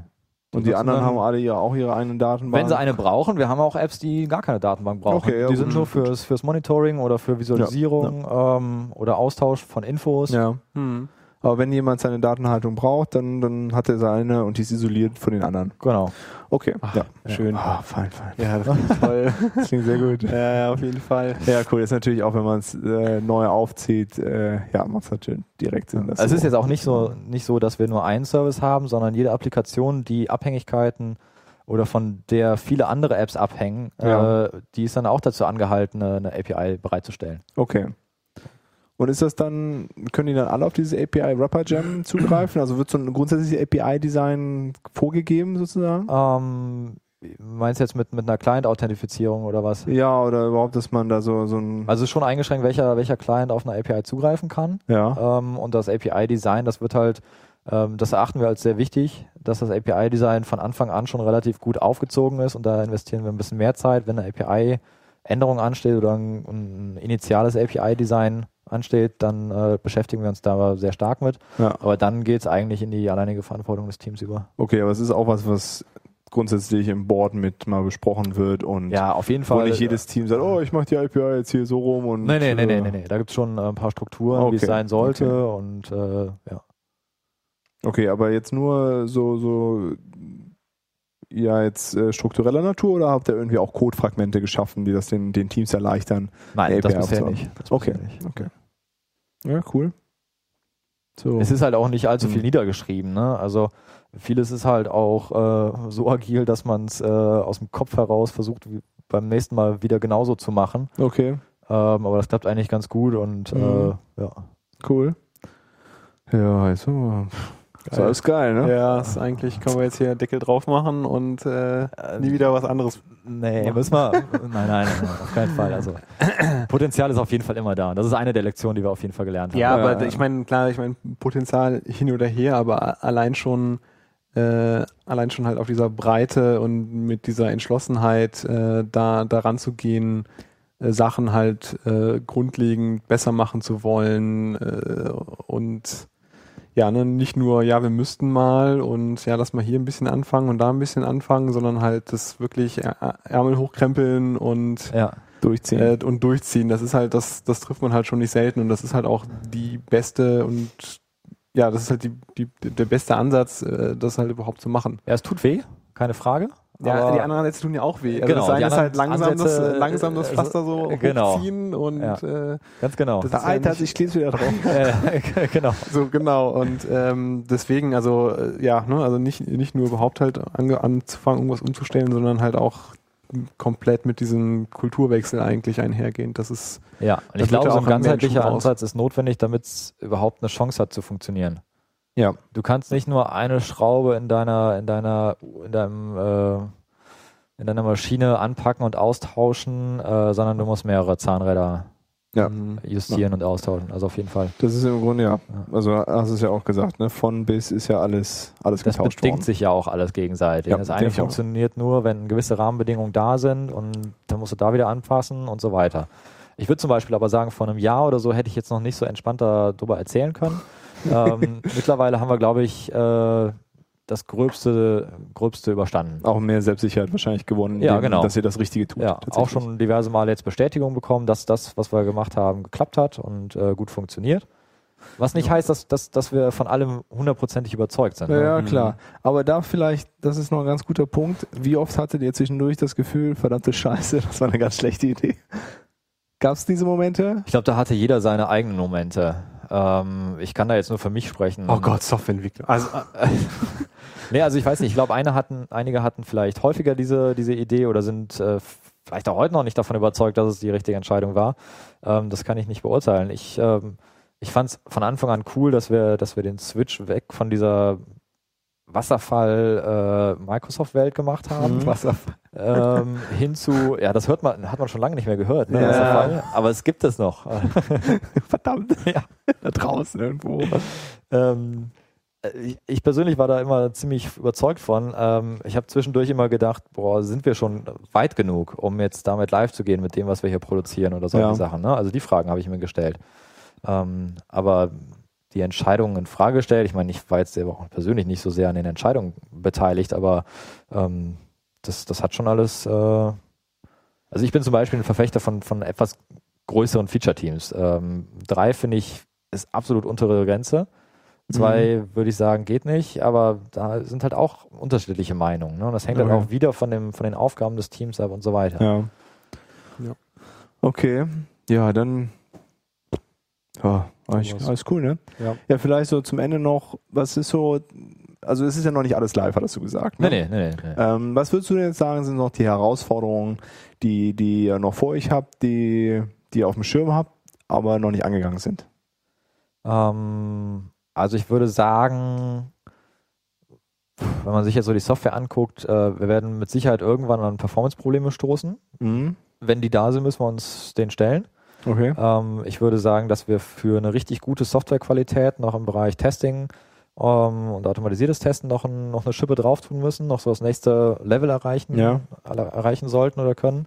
und die
nutzen
anderen
dann-
haben alle ja auch ihre eigenen Datenbank.
Wenn sie eine brauchen, wir haben auch Apps, die gar keine Datenbank brauchen.
Okay, ja,
die sind
gut.
nur fürs, fürs Monitoring oder für Visualisierung Ähm, oder Austausch von Infos.
ja. Aber wenn jemand seine Datenhaltung braucht, dann, dann hat er seine und die ist isoliert von den anderen.
Genau.
Okay. ja.
schön.
Ah, fein, fein.
*laughs* Ja, das klingt toll.
Das klingt sehr gut.
ja, ja, auf jeden Fall.
Ja, cool. Ist natürlich auch, wenn man es äh, neu aufzieht, äh, ja, macht es natürlich direkt Sinn. dass
Also es ist
so-
jetzt auch nicht so, nicht so, dass wir nur einen Service haben, sondern jede Applikation, die Abhängigkeiten oder von der viele andere Apps abhängen,
Ja.
äh, die ist dann auch dazu angehalten, eine, eine API bereitzustellen.
Okay. Und ist das dann, können die dann alle auf dieses API Wrapper *clears throat* Jam zugreifen? Also wird so ein grundsätzliches API-Design vorgegeben sozusagen?
Ähm, meinst du jetzt mit, mit einer Client-Authentifizierung oder was?
Ja, oder überhaupt, dass man da so, so ein.
Also schon eingeschränkt, welcher, welcher Client auf eine API zugreifen kann.
ja.
Ähm, und das API-Design, das wird halt, ähm, das erachten wir als sehr wichtig, dass das API-Design von Anfang an schon relativ gut aufgezogen ist und da investieren wir ein bisschen mehr Zeit, wenn eine API Änderung ansteht oder ein, ein initiales API-Design ansteht, dann äh, beschäftigen wir uns da sehr stark mit.
Ja.
Aber dann geht es eigentlich in die alleinige Verantwortung des Teams über.
Okay, aber es ist auch was, was grundsätzlich im Board mit mal besprochen wird und
Ja, auf jeden
wo
Fall.
nicht jedes Team sagt, oh, ich mache die IPA jetzt hier so rum und
Nee, nee, nee, nee,
äh,
nee, nee. Da gibt es schon äh, ein paar Strukturen, wie es
Okay,
sein sollte und äh, ja.
Okay, aber jetzt nur so, so ja, jetzt äh, struktureller Natur oder habt ihr irgendwie auch Codefragmente geschaffen, die das den, den Teams erleichtern?
Nein,
Nee,
das
wir
bisher
haben's
nicht. Das
Okay.
bisher nicht.
Ja, cool.
So.
Es ist halt auch nicht allzu viel
Mhm.
niedergeschrieben, ne? Also vieles ist halt auch äh, so agil, dass man es äh, aus dem Kopf heraus versucht, wie- beim nächsten Mal wieder genauso zu machen.
Okay,
Ähm, aber das klappt eigentlich ganz gut und
Mhm.
äh, ja.
cool.
Ja, jetzt haben wir-
Ist also, alles geil, ne?
Ja, ist eigentlich können wir jetzt hier Deckel drauf machen und äh, nie wieder was anderes.
Nee, müssen *laughs* wir. Nein, nein, nein, nein, auf keinen Fall. Also Potenzial ist auf jeden Fall immer da. Das ist eine der Lektionen, die wir auf jeden Fall gelernt haben.
Ja, aber
Ja.
ich meine, klar, ich meine, Potenzial hin oder her, aber a- allein schon, äh, allein schon halt auf dieser Breite und mit dieser Entschlossenheit, äh, da daran zu gehen, äh, Sachen halt äh, grundlegend besser machen zu wollen äh, und ja, ne, nicht nur, ja, wir müssten mal und ja, lass mal hier ein bisschen anfangen und da ein bisschen anfangen, sondern halt das wirklich Ä- Ä- Ärmel hochkrempeln und
Ja.
Durchziehen.
äh, und durchziehen. Das ist halt, das, das trifft man halt schon nicht selten und das ist halt auch die beste und ja, das ist halt die, die, der beste Ansatz, äh, das halt überhaupt zu machen.
ja, es tut weh, keine Frage.
Ja,
aber-
die anderen Ansätze tun ja auch weh. Also
Genau,
das eine
die
ist halt
anderen
langsam, das,
Ansätze,
äh, langsam das
äh,
Pflaster so
äh, genau.
hochziehen und
Ja.
äh,
Ganz genau.
das
da
ist ja
altert
nicht-
sich stets wieder
*laughs*
drauf.
Äh, genau.
so *laughs* genau und ähm, deswegen also äh, ja ne, also nicht nicht nur überhaupt halt ange anzufangen irgendwas umzustellen sondern halt auch komplett mit diesem Kulturwechsel eigentlich einhergehend das ist
Ja, und ich
wird
glaube,
ja
so
auch am
ein
Menschen
ganzheitlicher
raus.
Ansatz ist notwendig, damit es überhaupt eine Chance hat zu funktionieren.
Ja.
Du kannst nicht nur eine Schraube in deiner, in deiner, in deinem, äh, in deiner Maschine anpacken und austauschen, äh, sondern du musst mehrere Zahnräder
Ja.
Mhm.
justieren und austauschen. Also auf jeden Fall.
Das ist im Grunde ja.
Ja.
Also hast du es ja auch gesagt, ne? Von bis ist ja alles, alles
Das
getauscht
bedingt
worden.
sich ja auch alles gegenseitig.
Ja,
das
denke
eine
ich auch.
funktioniert nur, wenn gewisse Rahmenbedingungen da sind und dann musst du da wieder anpassen und so weiter. Ich würde zum Beispiel aber sagen, vor einem Jahr oder so hätte ich jetzt noch nicht so entspannter darüber
*laughs*
erzählen können. ähm, mittlerweile haben wir, glaube ich, äh, das Gröbste, Gröbste überstanden.
Auch mehr Selbstsicherheit wahrscheinlich gewonnen,
Ja, genau.
dass ihr das Richtige tut.
Ja,
tatsächlich.
auch schon diverse Male jetzt Bestätigung bekommen, dass das, was wir gemacht haben, geklappt hat und äh, gut funktioniert. Was nicht heißt, dass, dass, dass wir von allem hundertprozentig überzeugt sind.
Ja,
ne?
ja, klar. Aber da vielleicht, das ist noch ein ganz guter Punkt. Wie oft hattet ihr zwischendurch das Gefühl, verdammte Scheiße, *laughs* das war eine ganz schlechte Idee? Gab es diese Momente?
Ich glaube, da hatte jeder seine eigenen Momente. Ähm, ich kann da jetzt nur für mich sprechen.
oh Gott Softwareentwickler also
Nee, also ich weiß nicht. Ich glaube, eine hatten, einige hatten vielleicht häufiger diese, diese Idee oder sind äh, vielleicht auch heute noch nicht davon überzeugt, dass es die richtige Entscheidung war. Ähm, das kann ich nicht beurteilen. Ich, ähm, ich fand es von Anfang an cool, dass wir, dass wir den Switch weg von dieser Wasserfall-Microsoft-Welt gemacht haben.
Mhm.
ähm, hin zu, ja, das hört man, hat man schon lange nicht mehr gehört, ne,
Ja.
Wasserfall, aber es gibt es noch.
Verdammt.
Ja.
äh,
Da draußen irgendwo.
Ähm, ich, ich persönlich war da immer ziemlich überzeugt von. Ähm, ich habe zwischendurch immer gedacht, boah, sind wir schon weit genug, um jetzt damit live zu gehen mit dem, was wir hier produzieren oder solche
Ja.
Sachen. Ne? Also die Fragen habe ich mir gestellt. Ähm, aber die Entscheidungen in Frage gestellt. Ich meine, ich war jetzt selber auch persönlich nicht so sehr an den Entscheidungen beteiligt, aber ähm, das, das hat schon alles. Äh, also ich bin zum Beispiel ein Verfechter von, von etwas größeren Feature-Teams. Ähm, drei finde ich ist absolut untere Grenze. Zwei würde ich sagen, geht nicht, aber da sind halt auch unterschiedliche Meinungen. Ne? Und das hängt dann
Okay.
auch wieder von, dem, von den Aufgaben des Teams ab und so weiter.
Ja.
Ja.
Mhm. Okay. Ja, dann. Ja, eigentlich
Sowas.
alles cool, ne?
Ja.
ja, vielleicht so zum Ende noch, was ist so, also es ist ja noch nicht alles live, hattest du gesagt.
Nee,
Ne?
nee, nee. nee, nee.
Ähm, was würdest du denn jetzt sagen, sind noch die Herausforderungen, die, die ihr noch vor euch habt, die, die ihr auf dem Schirm habt, aber noch nicht angegangen sind?
Ähm, also ich würde sagen, wenn man sich jetzt so die Software anguckt, äh, wir werden mit Sicherheit irgendwann an Performance-Probleme stoßen.
Mhm.
Wenn die da sind, müssen wir uns den stellen.
Okay.
Ähm, ich würde sagen, dass wir für eine richtig gute Softwarequalität noch im Bereich Testing ähm, und automatisiertes Testen noch, ein, noch eine Schippe drauf tun müssen, noch so das nächste Level erreichen,
Ja.
alle- erreichen sollten oder können.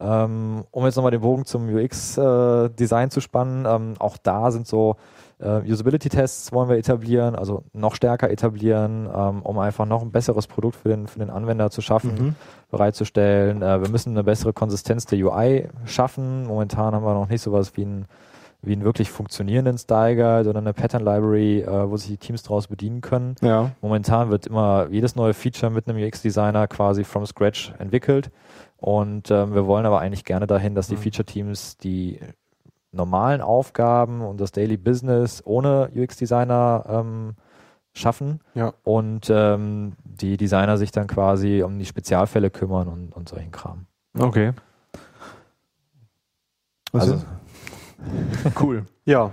Ähm, Ähm, um jetzt nochmal den Bogen zum UX-Design zu spannen, ähm, auch da sind so äh, Usability-Tests wollen wir etablieren, also noch stärker etablieren, ähm, um einfach noch ein besseres Produkt für den, für den Anwender zu schaffen,
Mhm.
bereitzustellen. Äh, wir müssen eine bessere Konsistenz der UI schaffen. Momentan haben wir noch nicht sowas wie einen, wie einen wirklich funktionierenden Style Guide oder eine Pattern Library, äh, wo sich die Teams daraus bedienen können.
Ja.
Momentan wird immer jedes neue Feature mit einem UX-Designer quasi from scratch entwickelt. Und ähm, wir wollen aber eigentlich gerne dahin, dass die
Mhm.
Feature-Teams die normalen Aufgaben und das Daily Business ohne UX-Designer ähm, schaffen
Ja.
und ähm, die Designer sich dann quasi um die Spezialfälle kümmern und, und solchen Kram.
Okay.
Was
also,
ist? *laughs* cool.
Ja,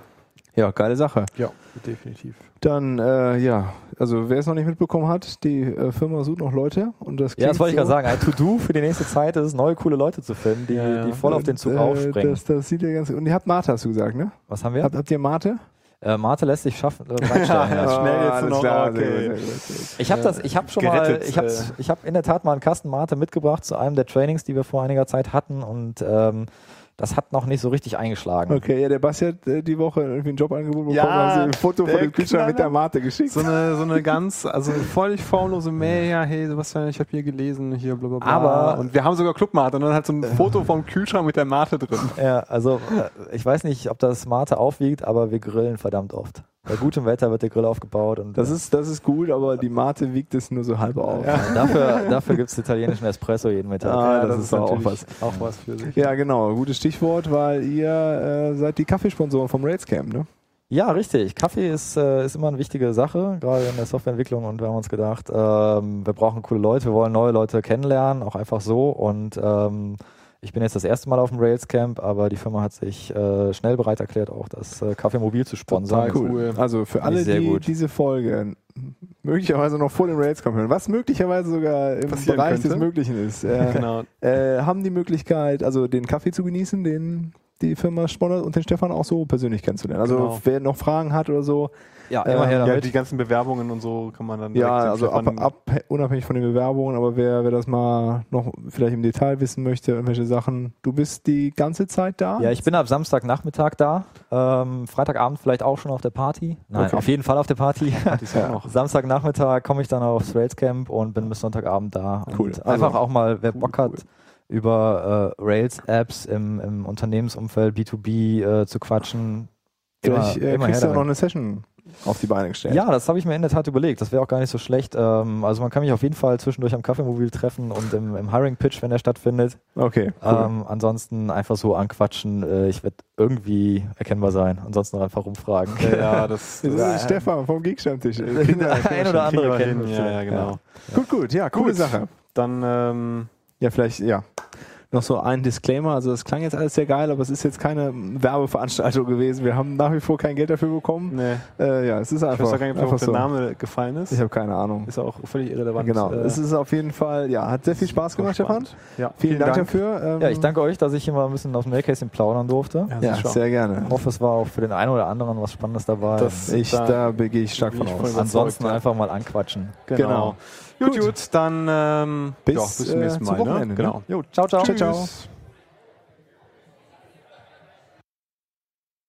Ja, geile Sache.
ja, definitiv.
Dann, äh, ja, also wer es noch nicht mitbekommen hat, die äh, Firma sucht noch Leute und das
ja, das wollte ich
so-
gerade sagen. Ein To-Do für die nächste Zeit ist es, neue coole Leute zu finden, die,
Ja, ja.
die voll auf den Zug
Und, äh,
aufspringen.
Das, das sieht ja ganz Und ihr habt Martha, hast du gesagt, ne?
Was haben wir?
Habt, habt ihr Marte? Ah,
Äh, Marte lässt sich schaffen. Äh,
*laughs*
reinstellen, ja.
Ja. schnell jetzt
alles
noch,
klar,
okay.
sehr gut, sehr gut, sehr gut.
Ich habe das, ich habe schon
Gerettet,
mal, ich habe,
äh.
ich habe in der Tat mal einen Kasten Mate mitgebracht zu einem der Trainings, die wir vor einiger Zeit hatten und ähm, das hat noch nicht so richtig eingeschlagen.
Okay, ja, der Basti hat äh, die Woche irgendwie ein Jobangebot bekommen,
Ja,
haben sie ein Foto von
der
dem Kühlschrank mit der
Knaller.
Mate geschickt.
So eine, so eine ganz, also eine völlig formlose Mail, ja, hey Sebastian, ich habe hier gelesen, hier bla bla bla.
Aber-
und wir haben sogar Clubmate und dann halt so ein Foto vom Kühlschrank mit der Mate drin.
*laughs*
Ja, also äh, ich weiß nicht, ob das Mate aufwiegt, aber wir grillen verdammt oft. Bei gutem Wetter wird der Grill aufgebaut und
Das
äh,
ist, das ist gut, aber die Mate wiegt es nur so halb auf. *laughs* Ja,
dafür, dafür gibt's italienischen Espresso jeden Mittag.
Ah, das ist auch
natürlich
was.
Auch was für sich.
genau, gutes Stichwort, weil ihr äh, seid die Kaffeesponsoren vom Rails Camp, ne?
Ja, richtig. Kaffee ist, äh, ist immer eine wichtige Sache, gerade in der Softwareentwicklung. Und wir haben uns gedacht, ähm, wir brauchen coole Leute, wir wollen neue Leute kennenlernen, auch einfach so. Und ähm, ich bin jetzt das erste Mal auf dem Rails Camp, aber die Firma hat sich äh, schnell bereit erklärt, auch das äh, Kaffee mobil zu sponsern.
Total cool.
Also für alle,
Sehr
die
gut.
diese Folge möglicherweise noch vor dem Rails Camp hören, was möglicherweise sogar im
Passieren
Bereich
könnte.
des Möglichen ist,
*laughs*
äh,
Genau.
äh, haben die Möglichkeit, also den Kaffee zu genießen, den die Firma sponsert und den Stefan auch so persönlich kennenzulernen. Also
Genau.
wer noch Fragen hat oder so,
Ja,
immer her
Ja, die ganzen Bewerbungen und so kann man dann
Ja,
direkt
also ab,
Stefan-
ab, unabhängig von den Bewerbungen, aber wer, wer das mal noch vielleicht im Detail wissen möchte, irgendwelche Sachen, du bist die ganze Zeit da?
Ja, ich bin ab Samstagnachmittag da. Ähm, Freitagabend vielleicht auch schon auf der Party. Nein,
Okay.
auf jeden Fall auf der Party.
ja.
noch.
Samstagnachmittag komme ich dann aufs Rails Camp und bin bis Sonntagabend da.
Cool.
Und
Also-
einfach auch mal, wer
Cool,
Bock hat,
cool.
über äh, Rails-Apps im, im Unternehmensumfeld B2B äh, zu quatschen.
Vielleicht
Immer-
äh,
immer
kriegst du
her
auch
damit.
noch eine Session auf die Beine gestellt.
Ja, das habe ich mir in der Tat überlegt. Das wäre auch gar nicht so schlecht. Ähm, also man kann mich auf jeden Fall zwischendurch am Kaffeemobil treffen und im, im Hiring-Pitch, wenn der stattfindet.
Okay, cool.
Ähm, ansonsten einfach so anquatschen. Äh, ich werde irgendwie erkennbar sein. Ansonsten einfach rumfragen.
Ja, ja,
*laughs*
das,
Das ist
das
Stefan vom *laughs* Geekstammtisch. Äh, Kinder-
Ein oder
kriegen
andere
wir
kennen.
hin. Ja, ja, genau.
Gut, gut, ja, coole
Gut.
Sache.
Dann, ähm,
Ja, vielleicht, ja. Noch so ein Disclaimer, also das klang jetzt alles sehr geil, aber es ist jetzt keine Werbeveranstaltung gewesen. Wir haben nach wie vor kein Geld dafür bekommen.
nee.
Äh, ja, es ist
Ich
einfach,
weiß gar nicht, ob
einfach
der Name gefallen ist.
Ich habe keine Ahnung.
Ist auch völlig irrelevant.
Genau,
Äh,
es ist auf jeden Fall, ja, hat sehr viel Spaß gemacht, Stefan.
spannend. Ja,
Vielen, Dank, dafür. Ähm,
Ja, ich danke euch, dass ich hier mal ein bisschen aus dem Nähkästchen plaudern durfte.
Ja,
Ja,
sicher.
sehr gerne.
Ich hoffe, es war auch für den einen oder anderen was Spannendes dabei.
Das-
Ich, da
Da-
gehe ich stark
bin
von
ich
aus.
voll-
Ansonsten
überzeugt, ja.
einfach mal anquatschen.
Genau. Gut, gut, dann ähm,
Bis,
ja, bis zum
äh,
nächsten
zum
Mal. ne?
Wochenende, ne?
Genau.
Jo, ciao, ciao.
Ciao, ciao.
Tschüss.